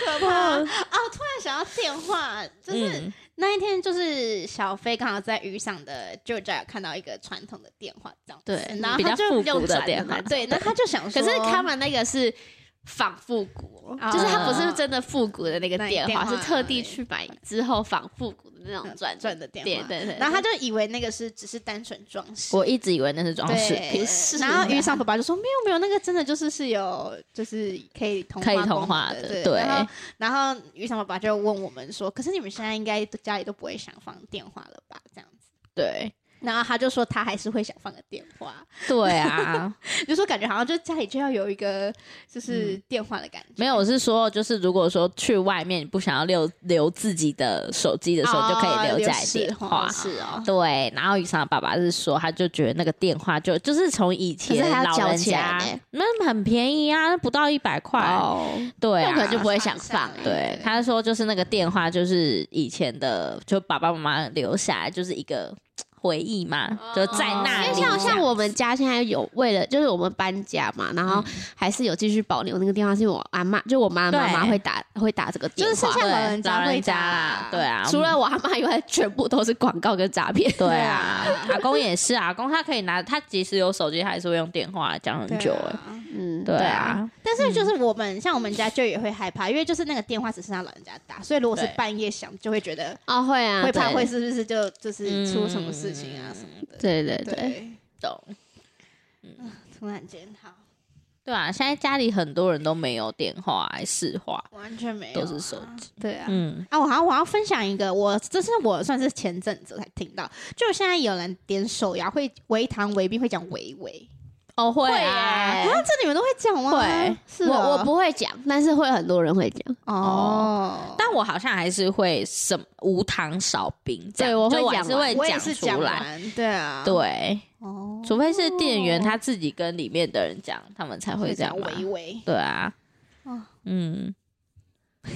Speaker 3: 可怕哦！突然想到电话，就是、
Speaker 2: (laughs) 嗯
Speaker 3: 那一天，就是小飞刚好在雨伞的旧家有看到一个传统的电话这样子，
Speaker 1: 对
Speaker 3: 然后
Speaker 2: 比较
Speaker 3: 他就
Speaker 2: 复古
Speaker 3: 用
Speaker 2: 的
Speaker 3: 转
Speaker 2: 电话
Speaker 3: 对，那他
Speaker 2: (laughs)
Speaker 3: 就想说，
Speaker 1: 可是他们那个是仿复古
Speaker 3: 哦，
Speaker 1: 就是他不是真的复古的那个
Speaker 3: 那
Speaker 1: 电话，
Speaker 3: 电话嗯
Speaker 1: 是特地去买之后仿复古的那种转
Speaker 3: 转的电话
Speaker 1: 对对对，
Speaker 3: 然后他就以为那个是只是单纯装饰，
Speaker 2: 我一直以为那是装饰
Speaker 3: 对，
Speaker 2: 品，
Speaker 1: 是
Speaker 3: 然后
Speaker 1: 的
Speaker 3: 雨伞爸爸就说没有没有，那个真的就是是有就是可以同
Speaker 2: 可以同化
Speaker 3: 化功能
Speaker 2: 的
Speaker 3: 对。
Speaker 2: 对
Speaker 3: 然后然后雨伞爸爸就问我们说，可是你们现在应该都家里都不会想放电话了吧？这样子。
Speaker 2: 对，
Speaker 3: 然后他就说他还是会想放个电话，
Speaker 2: 对啊，
Speaker 3: 就说感觉好像就家里就要有一个就是电话的感觉。
Speaker 2: 嗯没有，我是说，就是如果说去外面你不想要留留自己的手机的时候，就可以哦留下来电话。
Speaker 3: 是啊哦。
Speaker 2: 对，然后雨伞的爸爸是说，他就觉得那个电话就就是从以前
Speaker 1: 可是他要
Speaker 2: 老
Speaker 1: 缴
Speaker 2: 人
Speaker 1: 钱
Speaker 2: 家
Speaker 1: 欸
Speaker 2: 那很便宜啊，不到一百块，
Speaker 1: 哦，
Speaker 2: 对
Speaker 1: 那
Speaker 2: 啊，
Speaker 1: 可能就不会想放欸。
Speaker 2: 对，他说就是那个电话，就是以前的，就爸爸妈妈留下来，就是一个回忆嘛，就在那里
Speaker 1: 哦因
Speaker 2: 这样
Speaker 1: 为
Speaker 2: 子。
Speaker 1: 像像我们家现在有为了就是我们搬家嘛，然后还是有继续保留那个电话，是因为我阿妈就我妈
Speaker 2: 对
Speaker 1: 妈妈会打会打这个电
Speaker 3: 就是
Speaker 1: 话，
Speaker 3: 剩下
Speaker 2: 对
Speaker 3: 老人家
Speaker 2: 老人
Speaker 3: 会
Speaker 2: 家
Speaker 3: 打
Speaker 2: 啦，对啊，
Speaker 1: 除了我阿妈以外，全部都是广告跟诈骗。
Speaker 2: 对啊，阿公也是啊，阿公他可以拿，他即使有手机，他还是会用电话讲很久哎、
Speaker 3: 啊，
Speaker 1: 嗯，
Speaker 2: 对，啊，
Speaker 3: 但是就是我们像我们家就也会害怕，因为就是那个电话只剩下老人家打，所以如果是
Speaker 2: 对
Speaker 3: 半夜响，就会觉得
Speaker 1: 哦会啊，
Speaker 3: 会怕
Speaker 1: 对
Speaker 3: 会是不是就就是
Speaker 2: 嗯
Speaker 3: 出什么事情啊什么的。
Speaker 1: 对对对，
Speaker 3: 对，
Speaker 2: 懂。
Speaker 3: 突然间好，
Speaker 2: 对啊，现在家里很多人都没有电话、市话，
Speaker 3: 完全没有
Speaker 2: 都
Speaker 3: 啊
Speaker 2: 是手机。
Speaker 3: 对啊，
Speaker 2: 嗯，
Speaker 3: 啊，我好像我要分享一个，我这是我算是前阵子才听到，就现在有人点手摇会围糖围冰会讲围围，
Speaker 2: 哦，会
Speaker 1: 会
Speaker 2: 啊，
Speaker 1: 耶
Speaker 3: 啊，这你们都会讲吗？
Speaker 1: 会，
Speaker 3: 是
Speaker 1: 我
Speaker 3: 哦
Speaker 1: 我不会讲，但是会很多人会讲。
Speaker 3: 哦，
Speaker 2: 但我好像还是会什么无糖少冰这
Speaker 1: 对
Speaker 2: 样，
Speaker 1: 我会
Speaker 2: 就还
Speaker 1: 讲
Speaker 2: 是
Speaker 1: 完
Speaker 2: 会
Speaker 3: 我也是
Speaker 2: 出
Speaker 3: 讲
Speaker 2: 来。
Speaker 3: 完，对啊，，
Speaker 2: 对，
Speaker 3: 哦，
Speaker 2: 除非是店员他自己跟里面的人讲，他们才会这样吧。(laughs)
Speaker 3: 微微，
Speaker 2: 对啊
Speaker 3: 哦，
Speaker 2: 嗯，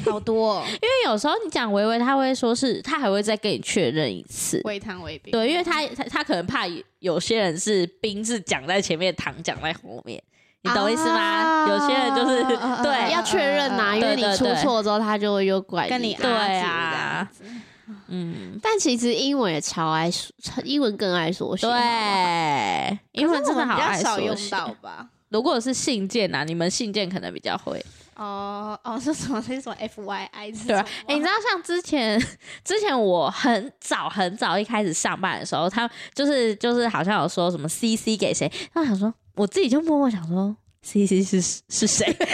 Speaker 3: 好多哦
Speaker 2: 因为有时候你讲微微，他会说是，他还会再跟你确认一次。
Speaker 3: 微糖微冰，
Speaker 2: 对，因为他他他可能怕有些人是冰是讲在前面，糖讲在后面，你懂意思吗？
Speaker 3: 啊
Speaker 2: 有些人就是
Speaker 3: 啊啊啊
Speaker 2: 对，
Speaker 1: 要确认呐、
Speaker 3: 嗯嗯嗯
Speaker 1: 因为
Speaker 2: 对
Speaker 1: 你
Speaker 2: 对
Speaker 1: 出
Speaker 2: 对
Speaker 1: 错之后，他就会又怪
Speaker 3: 跟你
Speaker 2: 对
Speaker 3: 啊
Speaker 2: 啊，嗯，
Speaker 1: 但其实英文也超爱缩，英文更爱缩写。
Speaker 2: 对，英文真的好
Speaker 3: 比较
Speaker 2: 爱
Speaker 3: 少
Speaker 2: 缩
Speaker 3: 用
Speaker 2: 写。
Speaker 3: 到吧？
Speaker 2: 如果是信件啊，你们信件可能比较会。
Speaker 3: 哦哦，是什么？是什么 F Y I？
Speaker 2: 对啊，哎、你知道像之前 (laughs) 之前我很早很早一开始上班的时候，他就是就是好像有说什么 CC 给谁，然后想说我自己就默默想说 CC 是是谁， (laughs)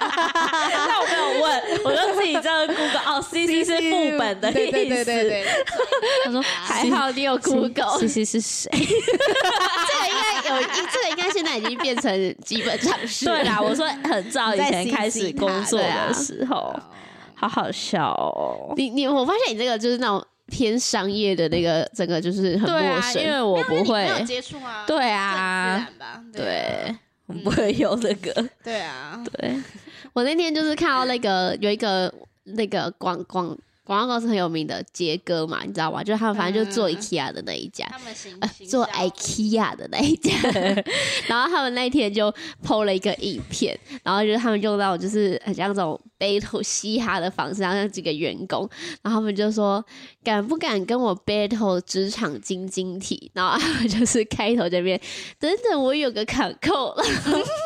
Speaker 2: 但我没有问，我就自己在 Google 哦 CC 是副本的意思，
Speaker 3: 对对对对对，
Speaker 2: 他说
Speaker 1: 还好你有 Google，
Speaker 2: CC 是谁？
Speaker 1: 这个应该有，这个应该现在已经变成基本常识。
Speaker 2: 对啦，我说很早以前开始工作
Speaker 1: 你在
Speaker 2: 的
Speaker 1: CC
Speaker 2: 时候，好好笑哦。
Speaker 1: 你你，我发现你这个就是那种偏商业的那个，整个就是很
Speaker 2: 对
Speaker 1: 陌
Speaker 2: 啊，
Speaker 1: 生。
Speaker 2: 因为我不
Speaker 3: 没有
Speaker 2: 会，
Speaker 3: 接触啊，
Speaker 2: 对
Speaker 3: 这很
Speaker 2: 啊
Speaker 3: 自，然吧？
Speaker 2: 对，我不会用那个，
Speaker 3: 对啊，
Speaker 2: 对，
Speaker 1: 我那天就是看到那个有一个那个广广广告公司很有名的杰哥嘛，你知道吗？就是他们反正就做
Speaker 3: 嗯
Speaker 1: IKEA 的那一家，
Speaker 3: 他们行
Speaker 1: 呃做 IKEA 的那一家，然后他们那一天就 PO 了一个影片，然后就是他们用到就是很像那种 battle 嘻哈的方式，然后让几个员工，然后他们就说敢不敢跟我 battle 职场晶晶体，然后他们就是开头这边等等我有个砍扣，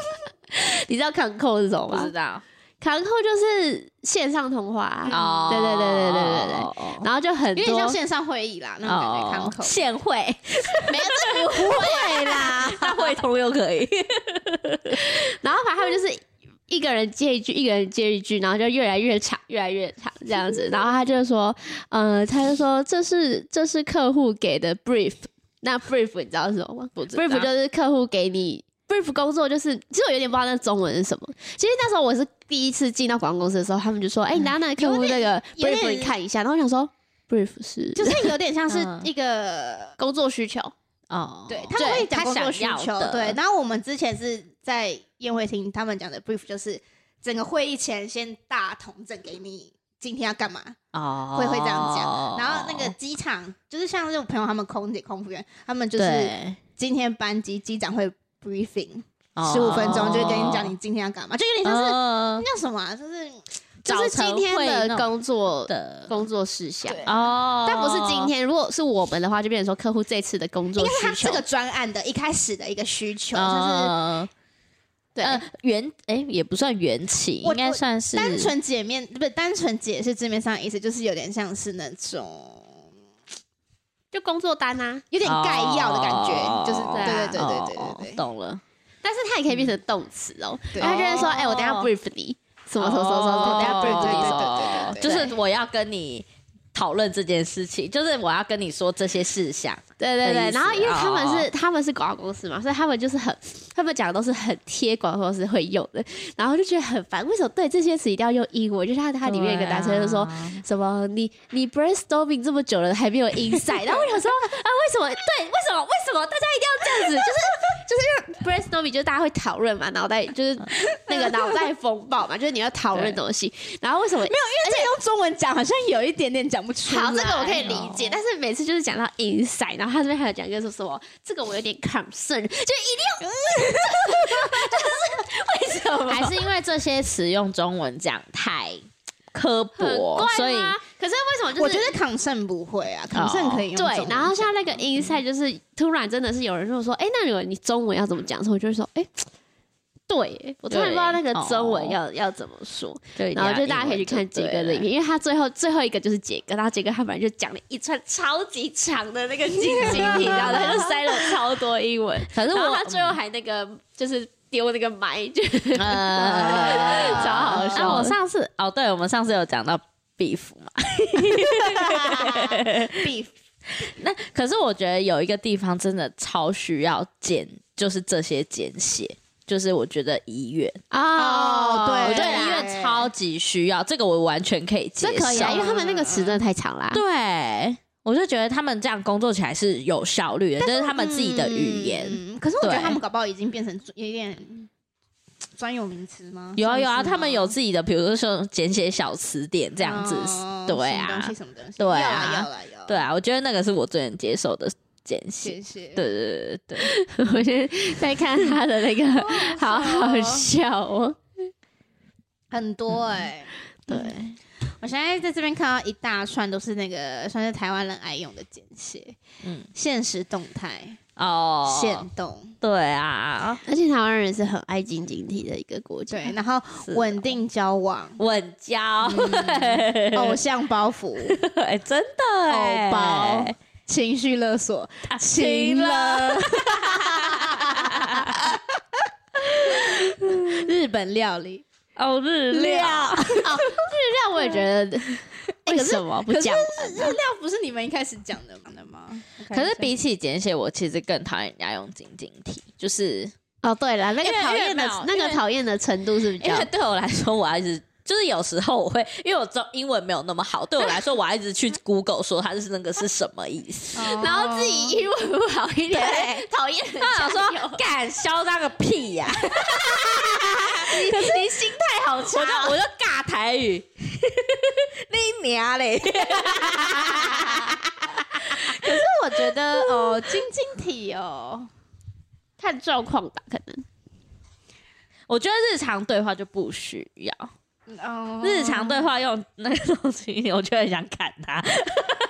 Speaker 1: (laughs) 你知道砍扣是什么
Speaker 2: 不
Speaker 1: 吗
Speaker 2: 知？道
Speaker 1: 砍扣就是线上通话、啊，
Speaker 2: 哦
Speaker 1: 对对对对对对对
Speaker 2: 对
Speaker 1: 然后就很多
Speaker 3: 有点像线上会议啦，那种感
Speaker 2: 哦
Speaker 3: 觉康口。
Speaker 2: 现会，
Speaker 1: 没有这不会啦。
Speaker 2: 那会通又可以，
Speaker 1: 然后反正他们就是一个人接一句，一个人接一句，然后就越来越长，越来越长这样子。然后他就说，呃，他就说这是这是客户给的 brief。那 brief 你知道是什么吗
Speaker 2: 不知道
Speaker 1: ？brief 就是客户给你 brief 工作，就是其实我有点不知道那中文是什么。其实那时候我是第一次进到广告公司的时候，他们就说，哎、你拿那个客户那个
Speaker 3: 有点
Speaker 1: brief 你看一下。然后我想说，brief 是
Speaker 3: 就是有点像是
Speaker 2: 嗯
Speaker 3: 一个，
Speaker 1: 工作需求，
Speaker 2: 哦，
Speaker 3: 对他们会讲
Speaker 2: 他
Speaker 3: 工作需
Speaker 2: 想要
Speaker 3: 求，
Speaker 2: 的
Speaker 3: 对。然后我们之前是在宴会厅，他们讲的 brief 就是整个会议前先大统整给你今天要干嘛，
Speaker 2: 哦，
Speaker 3: 会会这样讲。然后那个机场就是像是我朋友他们空姐、空服员，他们就是
Speaker 2: 对
Speaker 3: 今天班机机长会 briefing
Speaker 2: 哦
Speaker 3: 十五分钟，就会跟你讲你今天要干嘛，就有点像是
Speaker 2: 嗯
Speaker 3: 那叫什么啊，就是
Speaker 1: 就是今天的工作
Speaker 2: 的
Speaker 1: 工作事项。
Speaker 3: 对
Speaker 2: 哦，
Speaker 1: 但不是今天，如果是我们的话，就变成说客户这次的工
Speaker 3: 应
Speaker 1: 作
Speaker 3: 该是他
Speaker 1: 需
Speaker 3: 这
Speaker 1: 求
Speaker 3: 个专案的一开始的一个需求，就是。
Speaker 2: 嗯，
Speaker 3: 对
Speaker 2: 呃，缘哎也不算缘起，
Speaker 3: 我
Speaker 2: 应该算是
Speaker 3: 单纯解面不是单纯解释字面上的意思，就是有点像是那种
Speaker 1: 就工作单啊，
Speaker 3: 有点概要的感觉，
Speaker 2: 哦
Speaker 3: 就是
Speaker 1: 对
Speaker 3: 对
Speaker 1: 啊
Speaker 3: 对对对对对对
Speaker 2: 懂了。
Speaker 1: 但是它也可以变成动词哦。
Speaker 3: 对
Speaker 1: 他就会说：“
Speaker 2: 哦
Speaker 1: 哎、我等一下 brief 你，什么什么什么什么，等
Speaker 2: 哦
Speaker 1: 一下 brief 你什么。
Speaker 3: 对对对对对对
Speaker 2: 就是我要跟你讨论这件事情，就是我要跟你说这些事项。”
Speaker 1: 对对
Speaker 2: 的
Speaker 1: 对。
Speaker 2: 意思
Speaker 1: 然后因为他们是、
Speaker 2: 哦
Speaker 1: 他们是广告公司嘛，所以他们就是很他们讲的都是很贴广告公司会用的，然后就觉得很烦。为什么对这些词一定要用英文？就是他他里面有一个男生就说。
Speaker 2: 啊
Speaker 1: 什么？你你 brainstorming 这么久了还没有
Speaker 2: (laughs)
Speaker 1: insight？然后我想说啊，为什么？对，为什么？为什么大家一定要这样
Speaker 2: (laughs)
Speaker 1: 子？就是就是因为 brainstorming 就是大家会讨论嘛，脑袋就是那个脑袋风暴嘛，就是你要讨论东西。然后为什么没有？
Speaker 3: 而且用中文讲好像有一点点讲不出啊
Speaker 1: 好，这个我可以理解，
Speaker 2: 哦
Speaker 1: 但是每次就是讲到 insight，然后他这边还有讲一个说什么，这个我有点 concern，就一定要，就是为什么？
Speaker 2: (laughs) 还是因为这些词用中文讲太刻
Speaker 1: 很
Speaker 2: 薄
Speaker 1: 怪，
Speaker 2: 所以
Speaker 1: 吗可是为什么就是
Speaker 3: 我觉得抗胜不会啊，抗胜可以用中文
Speaker 1: 对，然后像那个 inside 就是突然真的是有人跟我说，哎、那如果你中文要怎么讲？所以我就会说，哎、对哦耶，我突然不知道那个中文要、要怎么说。
Speaker 2: 就一定
Speaker 1: 然
Speaker 2: 要
Speaker 1: 后就大家可以去看杰哥的影
Speaker 2: 英文就对了
Speaker 1: 片，因为他最后最后一个就是杰哥，然后杰哥他本来就讲了一串超级长的那个晶晶体，然后他就塞 (laughs) 了超多英文，
Speaker 2: (laughs) 可是
Speaker 1: 然后
Speaker 2: 我
Speaker 1: 他最后还那个就是丢那个麦，就
Speaker 2: (laughs) 呃
Speaker 1: 超好笑
Speaker 2: 那我上次哦，对我们上次有讲到 beef 嘛，
Speaker 3: (laughs) beef
Speaker 2: 那可是我觉得有一个地方真的超需要简，就是这些简写，就是我觉得医院，
Speaker 1: 哦，
Speaker 3: 对
Speaker 2: 我
Speaker 1: 对
Speaker 2: 觉得医
Speaker 1: 啦，
Speaker 2: 院超级需要，这个我完全可以接
Speaker 1: 这
Speaker 2: 受。
Speaker 1: 可以啊，因为他们那个词真的太长啊啦。
Speaker 2: 对，我就觉得他们这样工作起来是有效率的，这是他们自己的语言。
Speaker 3: 嗯可是我觉得
Speaker 2: 对
Speaker 3: 他们搞不好已经变成有点专有名词吗？
Speaker 2: 有啊有啊，
Speaker 3: 算是吗
Speaker 2: 他们有自己的，比如说简写小词典这
Speaker 3: 这
Speaker 2: 样子，
Speaker 3: 哦
Speaker 2: 对啊，
Speaker 3: 什么东西
Speaker 2: 对啊
Speaker 3: 有啦有啦有。
Speaker 2: 对，啊，我觉得那个是我最能接受的简写。
Speaker 3: 谢谢。
Speaker 2: 对对对对对，
Speaker 1: (laughs) 我现在在看他的那个， (laughs) 好好笑哦。
Speaker 3: 很多哎、
Speaker 1: 对，
Speaker 3: 我现在在这边看到一大串都是那个算是台湾人爱用的简写，
Speaker 2: 嗯，
Speaker 3: 现实动态、
Speaker 2: 哦，
Speaker 3: 现动，
Speaker 2: 对啊，
Speaker 1: 而且台湾人是很爱晶晶体的一个国家。
Speaker 3: 对，然后
Speaker 2: 是哦
Speaker 3: 稳定交 (laughs) 往、
Speaker 2: 稳交，
Speaker 1: 嗯
Speaker 2: (laughs)
Speaker 3: 偶像包袱、
Speaker 2: 对，真的哎，
Speaker 3: 偶包情绪勒索、
Speaker 2: 行了，
Speaker 3: (laughs) 日本料理。
Speaker 2: 哦，日料，
Speaker 1: 但我也觉得，为什么不讲
Speaker 3: 日料不是你们一开始讲的吗？
Speaker 2: 可是比起简写，我其实更讨厌人家用晶晶体，就是
Speaker 1: 哦，对了，那个
Speaker 2: 因为
Speaker 1: 讨
Speaker 2: 因为
Speaker 1: 厌
Speaker 2: 没
Speaker 1: 的
Speaker 2: 有
Speaker 1: 那
Speaker 2: 因
Speaker 1: 个
Speaker 2: 为
Speaker 1: 讨厌的程度是比
Speaker 2: 因
Speaker 1: 较
Speaker 2: 为对我来说，我还是就是有时候我会，因为我中英文没有那么好，对我来说，我还一直去 Google 说它是那个是什么意思。
Speaker 1: 然后自
Speaker 3: 哦
Speaker 1: 己英文不好一点，讨厌人
Speaker 2: 他
Speaker 1: 家
Speaker 2: 想说，干嚣张个屁 (laughs) 呀、
Speaker 1: 你你心态好差
Speaker 2: 我就我就尬台语， (laughs) 你娘嘞！
Speaker 3: 我觉得哦，晶晶体哦，
Speaker 1: 看状况吧，可能
Speaker 2: 我觉得日常对话就不需要，
Speaker 3: 哦
Speaker 2: 日常对话用那个东西，我就很想砍他。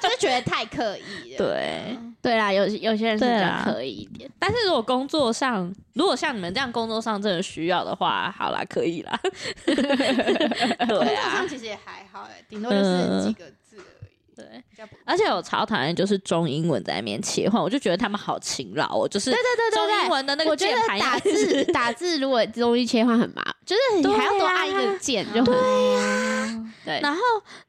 Speaker 3: 就是觉得太刻意了。
Speaker 2: 对，
Speaker 1: 对啦，有有些人是
Speaker 2: 对
Speaker 1: 比较
Speaker 2: 啦
Speaker 1: 可以一点，
Speaker 2: 但是如果工作上，如果像你们这样工作上真的需要的话，好啦，可以啦。 (laughs) 对
Speaker 3: 好
Speaker 2: 啊
Speaker 3: 像，其实也还好哎，顶多就是几个字而已。
Speaker 2: 对。啊
Speaker 3: 比较不
Speaker 2: 而且我超讨厌就是中英文在那边切换，我就觉得他们好勤劳哦，就是
Speaker 1: 对对对
Speaker 2: 中英
Speaker 1: 对
Speaker 2: 文的那
Speaker 1: 对，
Speaker 2: 个
Speaker 1: 我觉
Speaker 2: 键
Speaker 1: 得
Speaker 2: 盘
Speaker 1: 打
Speaker 2: 应该
Speaker 1: 字 (laughs)
Speaker 2: 是
Speaker 1: 打字如果东西切换很麻烦，就是你还要多
Speaker 2: 对啊
Speaker 1: 按一个键就很对
Speaker 2: 然后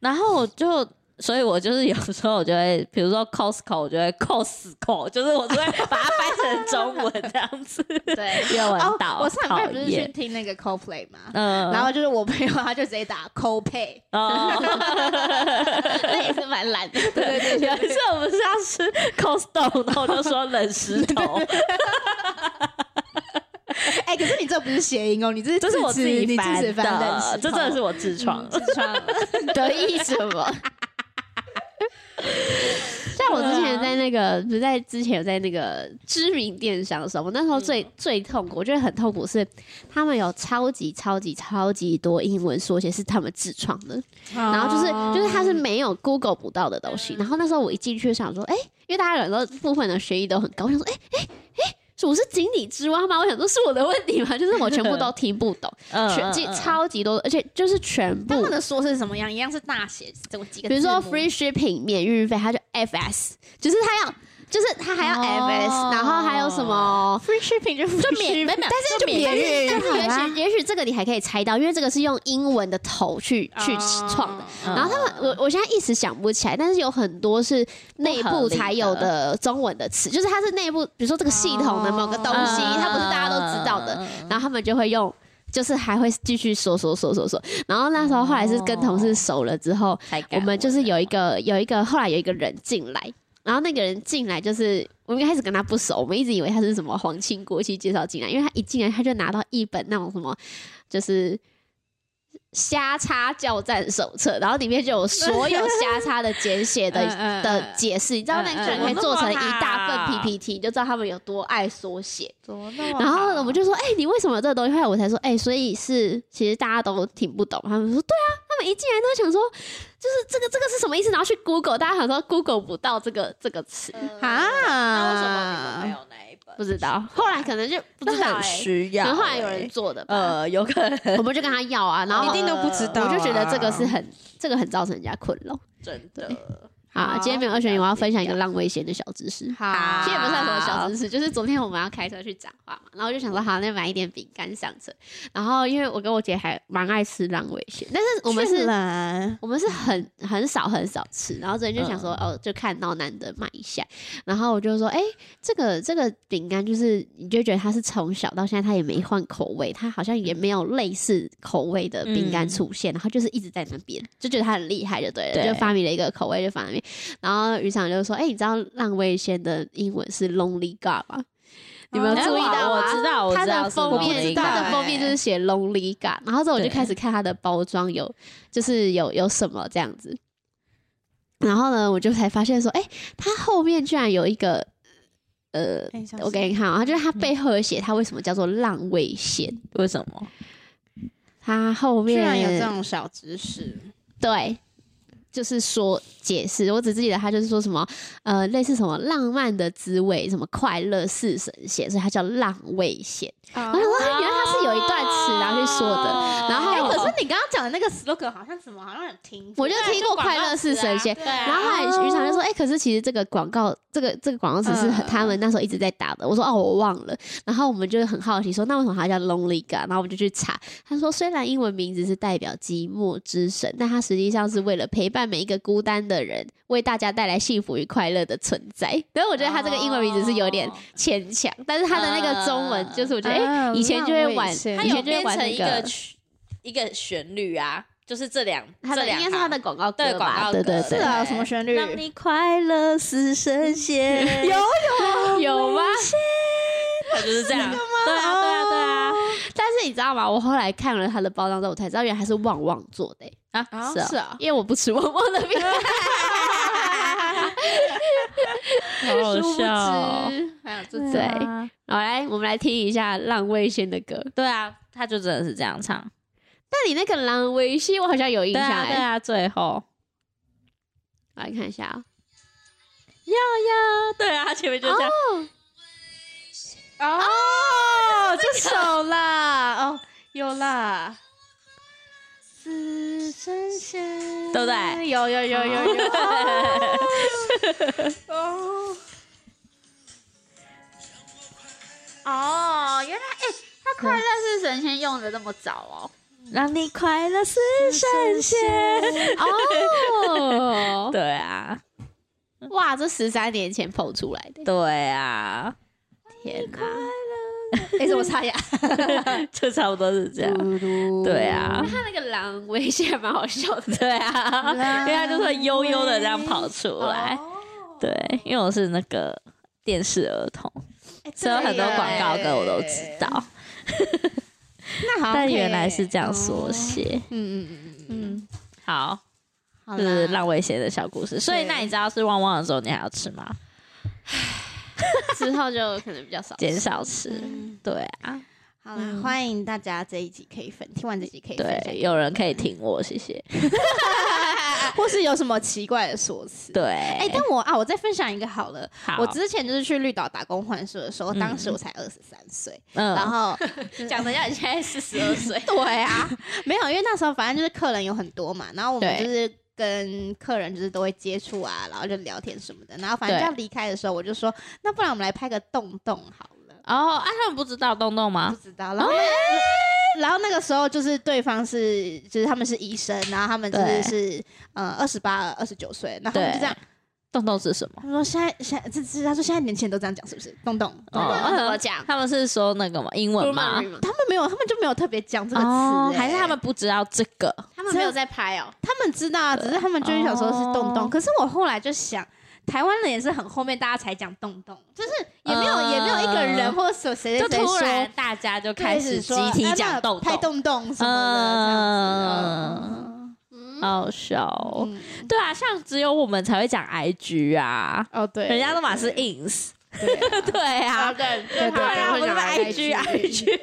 Speaker 2: 然后我就。所以我就是有时候我就会，比如说 Costco，我就会 Costco，就是我就会把它翻成中文这样子，
Speaker 3: 对。
Speaker 2: 英文
Speaker 3: 哦
Speaker 2: 到，
Speaker 3: 我上礼拜
Speaker 2: 讨
Speaker 3: 不是去
Speaker 2: 厌
Speaker 3: 听那个 CoPlay 嘛，
Speaker 2: 嗯，
Speaker 3: 然后就是我朋友他就直接打 CoPay，
Speaker 2: 哦，
Speaker 1: 那也是蛮懒的。
Speaker 3: (laughs) 对对
Speaker 2: 有一次我们是要吃 Costco，然后我就说冷石
Speaker 1: (laughs)
Speaker 2: 头，
Speaker 3: 哎，可是你这不是谐音哦，你这是
Speaker 2: 这是我
Speaker 3: 自
Speaker 2: 自
Speaker 3: 持
Speaker 2: 己
Speaker 3: 你自
Speaker 2: 翻
Speaker 3: 己翻的石头，
Speaker 2: 的，这真的是我痔疮。
Speaker 1: 嗯
Speaker 3: 自创的。 (laughs) 哦
Speaker 1: 得意什么？像我之
Speaker 2: 啊
Speaker 1: 前在那个，不是在之前有在那个知名电商的时候，我那时候最、
Speaker 2: 嗯
Speaker 1: 最痛苦，我觉得很痛苦是他们有超级超级超级多英文缩写是他们自创的，然后就是
Speaker 2: 哦
Speaker 1: 就是它是没有 Google 不到的东
Speaker 2: 嗯
Speaker 1: 西。然后那时候我一进去想说，哎、因为大家有时候部分的学历都很高，我想说，哎哎哎。是我是井底之蛙吗？我想说是我的问题吗？就是我全部都听不懂，
Speaker 2: (laughs) 嗯
Speaker 1: 全
Speaker 2: 嗯
Speaker 1: 记
Speaker 2: 嗯
Speaker 1: 超级多，而且就是全部
Speaker 3: 他们的说是什么样？一样是大写，这几个字母，
Speaker 1: 比如说 free shipping 免运费，它就 FS，就是它要，就是它还要 FS，、
Speaker 2: 哦
Speaker 1: 然后还有什么
Speaker 3: free shipping 就
Speaker 1: 就免，但是就免运，但是也许也许这个你还可以猜到，因为这个是用英文的头去
Speaker 3: 哦
Speaker 1: 去创的。
Speaker 2: 嗯
Speaker 1: 然后他们，我我现在一时想不起来，但是有很多是内部才有
Speaker 2: 不合
Speaker 1: 的中文的词，就是它是内部，比如说这个系统的某个东西，
Speaker 3: 嗯
Speaker 1: 它不是大家都知道的，然后他们就会用，就是还会继续说说说说说。然后那时候后来是跟同事熟了之后，
Speaker 2: 才改
Speaker 1: 我们就是
Speaker 2: 文
Speaker 1: 有一个有一个后来有一个人进来，然后那个人进来就是我们一开始跟他不熟，我们一直以为他是什么皇亲国戚介绍进来，因为他一进来他就拿到一本那种什么就是。瞎叉教战手册，然后里面就有所有瞎叉的简写的
Speaker 3: (laughs) 嗯嗯嗯嗯
Speaker 1: 的解释，你知道那个人可以做成一大份 PPT，你就知道他们有多爱缩写。然后
Speaker 3: 啊
Speaker 1: 我们就说：“哎、你为什么有这个东西？”后来我才说：“哎、所以是其实大家都听不懂。”他们说：“对啊，他们一进来都想说，就是这个这个是什么意思？”然后去 Google，大家想说 Google 不到这个这个词，
Speaker 3: 啊，
Speaker 2: 那为什么你们没有那一本？
Speaker 1: 不知道。后来可能就不知道、
Speaker 2: 很
Speaker 1: 哎，
Speaker 2: 需要、
Speaker 1: 可能后来有
Speaker 3: 欸
Speaker 1: 人做的吧，
Speaker 2: 呃，有可能
Speaker 3: 嗯
Speaker 1: 我们就跟他要啊，然后
Speaker 3: 一定都不知道
Speaker 1: (laughs)
Speaker 3: 啊
Speaker 1: 我就觉得这个是很这个很造成人家困扰。
Speaker 2: 真的。
Speaker 1: 啊，
Speaker 3: 好
Speaker 1: 今天没有二选一，我要分享一个浪味仙的小知识。
Speaker 3: 好，
Speaker 1: 其实也不是什么小知识，就是昨天我们要开车去彰化嘛，然后我就想说好，那买一点饼干上车。然后因为我跟我姐还蛮爱吃浪味仙，但是我们是
Speaker 3: 人
Speaker 1: 我们是很很少很少吃，然后昨天就想说、
Speaker 2: 嗯
Speaker 1: 哦，就看到难得买一下，然后我就说，哎、这个这个饼干就是你就觉得它是从小到现在它也没换口味，它好像也没有类似口味的饼
Speaker 2: 嗯
Speaker 1: 干出现，然后就是一直在那边，就觉得它很厉害就对了，
Speaker 2: 对
Speaker 1: 就发明了一个口味就放在那边，然后渔场就说，哎、你知道浪味仙的英文是 Lonely God 吗？你们有
Speaker 3: 哦
Speaker 1: 注意到吗？
Speaker 2: 哎我知道，我
Speaker 1: 它
Speaker 2: 知道哎
Speaker 1: 的
Speaker 2: 是
Speaker 1: 封
Speaker 2: 某一
Speaker 1: 面，
Speaker 2: 个
Speaker 1: 它的封面就是写 Lonely God，然后之后我就
Speaker 2: 对
Speaker 1: 开始看它的包装有，就是有有什么这样子。然后呢，我就才发现说，哎、它后面居然有一个，呃，我给你看啊，就是它
Speaker 2: 嗯
Speaker 1: 背后有写它为什么叫做浪味仙，
Speaker 2: 为什么？
Speaker 1: 它后
Speaker 3: 居
Speaker 1: 面
Speaker 3: 然有这种小知识，
Speaker 1: 对，就是说解释，我只记得他就是说什么呃，类似什么浪漫的滋味，什么快乐似神仙，所以它叫浪味仙。
Speaker 3: 然
Speaker 2: 哦
Speaker 1: 我想说，
Speaker 2: 啊
Speaker 1: 原来它是有一段词然后去说的。然后哦
Speaker 3: 哎、可是你刚刚讲的那个 slogan 好像怎么好像很听过，
Speaker 1: 我就听过快乐是神仙。
Speaker 3: 对啊
Speaker 1: 然后后来渔场就说：“哎、可是其实这个广告，这个这个广告词是很
Speaker 3: 嗯
Speaker 1: 他们那时候一直在打的。”我说：“哦，我忘了。”然后我们就很好奇说：“那为什么它叫 Lonely God？” 然后我们就去查，他说：“虽然英文名字是代表寂寞之神，但它实际上是为了陪伴每一个孤单的人，为大家带来幸福与快乐的存在。”但是我觉得他这个英文名字是有点
Speaker 2: 哦
Speaker 1: 牵强，但是他的那
Speaker 3: 嗯
Speaker 1: 个中文就是我觉得，哎、
Speaker 3: 啊
Speaker 1: 以前就会玩
Speaker 3: 浪味仙
Speaker 2: 哎它
Speaker 1: 以
Speaker 2: 有
Speaker 1: 前就会
Speaker 2: 变
Speaker 1: 玩
Speaker 2: 成
Speaker 1: 那
Speaker 2: 一
Speaker 1: 个
Speaker 2: 个曲一个旋律啊，就是这两
Speaker 1: 他
Speaker 2: 这
Speaker 1: 的应
Speaker 2: 两
Speaker 1: 该是他的广告
Speaker 2: 对
Speaker 1: 歌吧？
Speaker 2: 广告
Speaker 1: 对对
Speaker 2: 歌
Speaker 1: 对啊
Speaker 3: 是，啊，什么旋律？
Speaker 2: 让你快乐似神仙，
Speaker 1: (laughs)
Speaker 2: 有
Speaker 1: (laughs) 有吗？
Speaker 2: 它 (laughs) 就是这样，对啊对啊对啊
Speaker 1: 但是你知道吗？我后来看了他的包装之后，我才知道原来他是旺旺做的欸、
Speaker 2: 啊 (laughs)
Speaker 3: 啊
Speaker 1: 是啊
Speaker 3: 是啊，
Speaker 1: 因为我不吃旺旺的饼干，
Speaker 2: 好好
Speaker 1: 殊不
Speaker 2: 笑哦
Speaker 1: 知。
Speaker 3: 还有这
Speaker 1: 对好，来，我们来听一下浪味仙的歌。
Speaker 2: 对啊，他就真的是这样唱，
Speaker 1: 那你那个浪味仙，我好像有印
Speaker 2: 对
Speaker 1: 象
Speaker 2: 啊
Speaker 1: 哎、
Speaker 2: 对啊，最后 (laughs)
Speaker 1: 我来看一 (laughs) 下啊、
Speaker 2: 啊对啊，前面就这样，
Speaker 3: 哦，
Speaker 2: 哦
Speaker 3: (laughs) 这首啦，哦，有啦。是神仙，
Speaker 2: 对不对 (laughs)
Speaker 3: 有有有有有。哦，哦，原来哎，他快乐是神仙用的那么早哦。
Speaker 2: 让你快乐似神仙，
Speaker 1: 哦，
Speaker 2: (laughs) 对啊
Speaker 1: 哇，这十三年前捧出来的，
Speaker 2: (laughs) 对啊， (laughs)
Speaker 1: 天哪！哎，怎么 (laughs) 擦牙？
Speaker 2: 就差不多是这
Speaker 3: 嗯
Speaker 2: 样，对啊 (laughs)
Speaker 1: 那。他那个狼威胁还蛮好笑的。
Speaker 2: 对啊，
Speaker 3: (laughs)
Speaker 2: 因为他就会悠悠的这样跑出来。
Speaker 3: 哦，
Speaker 2: 对，因为我是那个电视儿童，
Speaker 3: 哎
Speaker 2: 所以有很多
Speaker 3: 对
Speaker 2: 广告歌我都
Speaker 3: 耶
Speaker 2: 知道，
Speaker 3: 那好像
Speaker 2: 但
Speaker 3: 可以
Speaker 2: 原来是这样
Speaker 3: 哦
Speaker 2: 缩写。
Speaker 3: 嗯嗯嗯嗯，
Speaker 2: 嗯，好，
Speaker 3: 好
Speaker 2: 就是
Speaker 3: 啦
Speaker 2: 浪味仙的小故事。所以
Speaker 3: 对
Speaker 2: 那你知道是旺旺的时候，你还要吃吗？
Speaker 1: 之后就可能比较少吃。
Speaker 2: 减少吃。
Speaker 3: 嗯
Speaker 2: 对啊，
Speaker 3: 好啦，欢迎大家这一集可以分，听完这集可以分享
Speaker 2: 对，
Speaker 3: 给
Speaker 2: 有人可以听我，谢谢。
Speaker 3: (laughs) 或是有什么奇怪的说辞。
Speaker 2: 对，
Speaker 3: 哎、但我啊，我再分享一个好了。
Speaker 2: 好
Speaker 3: 我之前就是去绿岛打工换宿的时候，
Speaker 2: 嗯
Speaker 3: 当时我才二十三岁，
Speaker 2: 嗯 (laughs)
Speaker 3: 然后，
Speaker 1: 讲的像你现在四十二岁
Speaker 3: 对啊， (laughs) 没有，因为那时候反正就是客人有很多嘛，然后我们
Speaker 1: 对
Speaker 3: 就是跟客人就是都会接触啊，然后就聊天什么的，然后反正
Speaker 2: 对
Speaker 3: 要离开的时候，我就说，那不然我们来拍个洞洞好了，
Speaker 2: (laughs) 哦，啊，他们不知道东东
Speaker 3: 不
Speaker 2: 吗？
Speaker 3: 知道，然后那。
Speaker 2: 哦
Speaker 3: (laughs) 然后那个时候就是对方是，就是他们是医生，然后他们就是
Speaker 2: 对
Speaker 3: 是呃二十八、二十九岁，然后我们就
Speaker 2: 对
Speaker 3: 这样，
Speaker 2: 东东是什么？
Speaker 3: 他们说现在现在这这，他说现在年轻人都这样讲，是不是？洞洞，
Speaker 2: 哦
Speaker 3: 洞洞
Speaker 1: 那怎么讲
Speaker 2: 他们是说那个吗？英文吗？
Speaker 3: 他们没有，他们就没有特别讲这个词、
Speaker 2: 哦，
Speaker 3: 欸
Speaker 2: 还是他们不知道这个？
Speaker 1: 他们没有在拍哦，
Speaker 3: 他们知道啊，只是他们就是想说是洞洞。
Speaker 2: 哦
Speaker 3: 可是我后来就想，台湾人也是很后面大家才讲洞洞，就是也没有、
Speaker 2: 嗯
Speaker 3: 也没有一个人或者谁谁
Speaker 2: 就
Speaker 3: 谁
Speaker 2: 突然
Speaker 3: 说
Speaker 2: 大家就开始集
Speaker 3: 说
Speaker 2: 体
Speaker 3: 啊那
Speaker 2: 讲豆
Speaker 3: 拍
Speaker 2: 豆，
Speaker 3: 洞洞什么的
Speaker 1: 嗯，
Speaker 2: 好笑哦、
Speaker 3: 这样子。嗯
Speaker 2: 对啊，像只有我们才会讲 IG 啊，
Speaker 3: 哦，对，
Speaker 2: 人家都嘛是 ins，
Speaker 3: 对啊
Speaker 2: (laughs) 对啊，
Speaker 1: 对
Speaker 3: 对
Speaker 2: 对啊，我
Speaker 1: 会
Speaker 2: 们
Speaker 1: 讲
Speaker 2: IG IG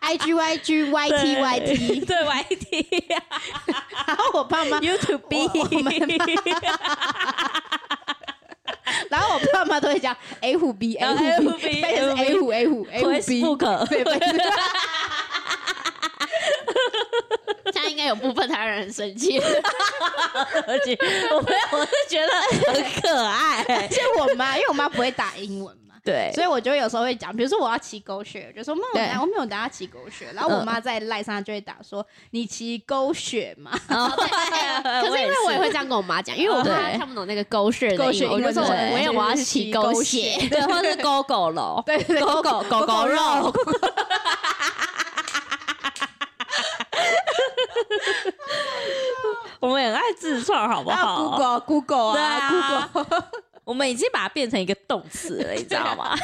Speaker 3: I G Y G Y T Y
Speaker 2: (laughs)
Speaker 3: T，
Speaker 2: 对 YT 啊
Speaker 3: 然后我爸妈，我我们
Speaker 2: YouTube，
Speaker 3: 然后我爸妈都会讲 A 虎 B A
Speaker 2: 然后
Speaker 3: 虎
Speaker 2: FB
Speaker 3: 但是 A 虎 A 虎 A 虎 B，
Speaker 2: Facebook，
Speaker 3: 对，不是
Speaker 1: 现在应该有有部分台湾人很生气，
Speaker 2: 而且我没有，我是觉得很可
Speaker 3: (laughs)
Speaker 2: 爱。
Speaker 3: 而且我妈，因为我妈不会打英文嘛，
Speaker 2: 对，
Speaker 3: 所以我就有时候会讲，比如说我要骑狗血，我就说妈，我
Speaker 2: 对
Speaker 3: 等下我没有等下骑狗血，然后我妈在赖上就会打说你骑狗血嘛，
Speaker 1: (laughs)
Speaker 2: 哦
Speaker 1: 可是因为我也会这样跟我妈讲，因为我怕她
Speaker 2: 对
Speaker 1: 看不懂那个狗血的
Speaker 3: 狗
Speaker 1: 英
Speaker 3: 血
Speaker 1: 文，我就
Speaker 3: 英文
Speaker 1: 说我
Speaker 2: 对
Speaker 1: 没有，我要
Speaker 3: 就是
Speaker 1: 洗
Speaker 3: 洗
Speaker 1: 狗
Speaker 3: 狗
Speaker 1: 血。
Speaker 3: 血
Speaker 2: 对，或是狗狗楼，
Speaker 3: 对对对
Speaker 2: 狗狗狗狗肉， (laughs) 我们也很爱自创，好不
Speaker 3: 还有
Speaker 2: 好？
Speaker 3: Google Google
Speaker 2: 对啊
Speaker 3: 啊 Google，
Speaker 2: 我们已经把它变成一个动词了，你知道 (laughs) 吗？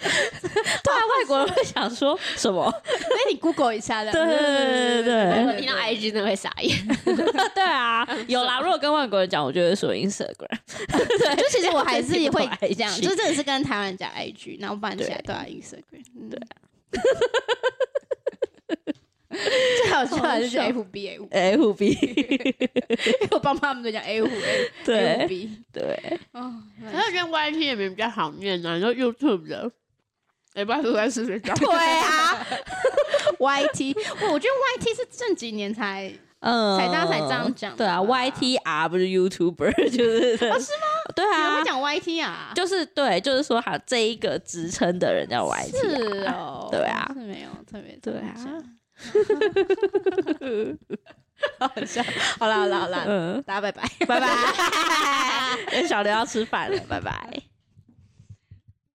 Speaker 2: 对啊，外国人会想说什么？
Speaker 3: 那你 Google 一下的，
Speaker 2: 对对对对
Speaker 1: (laughs)
Speaker 2: 对
Speaker 1: 我听到 IG 真的会傻眼，
Speaker 2: (laughs) 对啊，有啦。如果跟外国人讲，我就会说 Instagram。
Speaker 3: 就其实我
Speaker 2: (laughs)
Speaker 3: 还是会
Speaker 2: IG
Speaker 3: 这样，就真的是跟台湾人讲 IG，然后不然其他都要啊 Instagram，对。嗯
Speaker 2: 啊
Speaker 3: 最好笑的就是 F B A 五，
Speaker 2: F B，
Speaker 3: 因为我爸妈他们都讲 A 五 A
Speaker 2: (laughs) 对
Speaker 3: B，
Speaker 2: 对，
Speaker 3: 哦，
Speaker 1: 可
Speaker 2: (laughs)
Speaker 1: 是我觉得 YT 也比较好念啊，你说 YouTube 的，哎，不要说在是谁讲，
Speaker 3: 对啊，Y T，我觉得 Y T 是近几年才
Speaker 2: 嗯
Speaker 3: 才大家才这样讲
Speaker 2: 对啊
Speaker 3: 的吧
Speaker 2: ，Y T R 不是 YouTuber，就是 (laughs) 是吗？对
Speaker 3: 有人
Speaker 2: 啊
Speaker 3: 会，讲 Y T 啊，
Speaker 2: 就是对，就是说哈，这一个职称的人叫 Y T，
Speaker 3: 是哦，
Speaker 2: 对啊
Speaker 3: 是没有特别
Speaker 2: 对啊 (laughs)
Speaker 3: 这样讲，好笑， (laughs) 好啦好啦好啦，
Speaker 2: 嗯，
Speaker 3: 大家拜拜。
Speaker 2: (laughs) 拜拜，小刘要吃饭了，拜拜。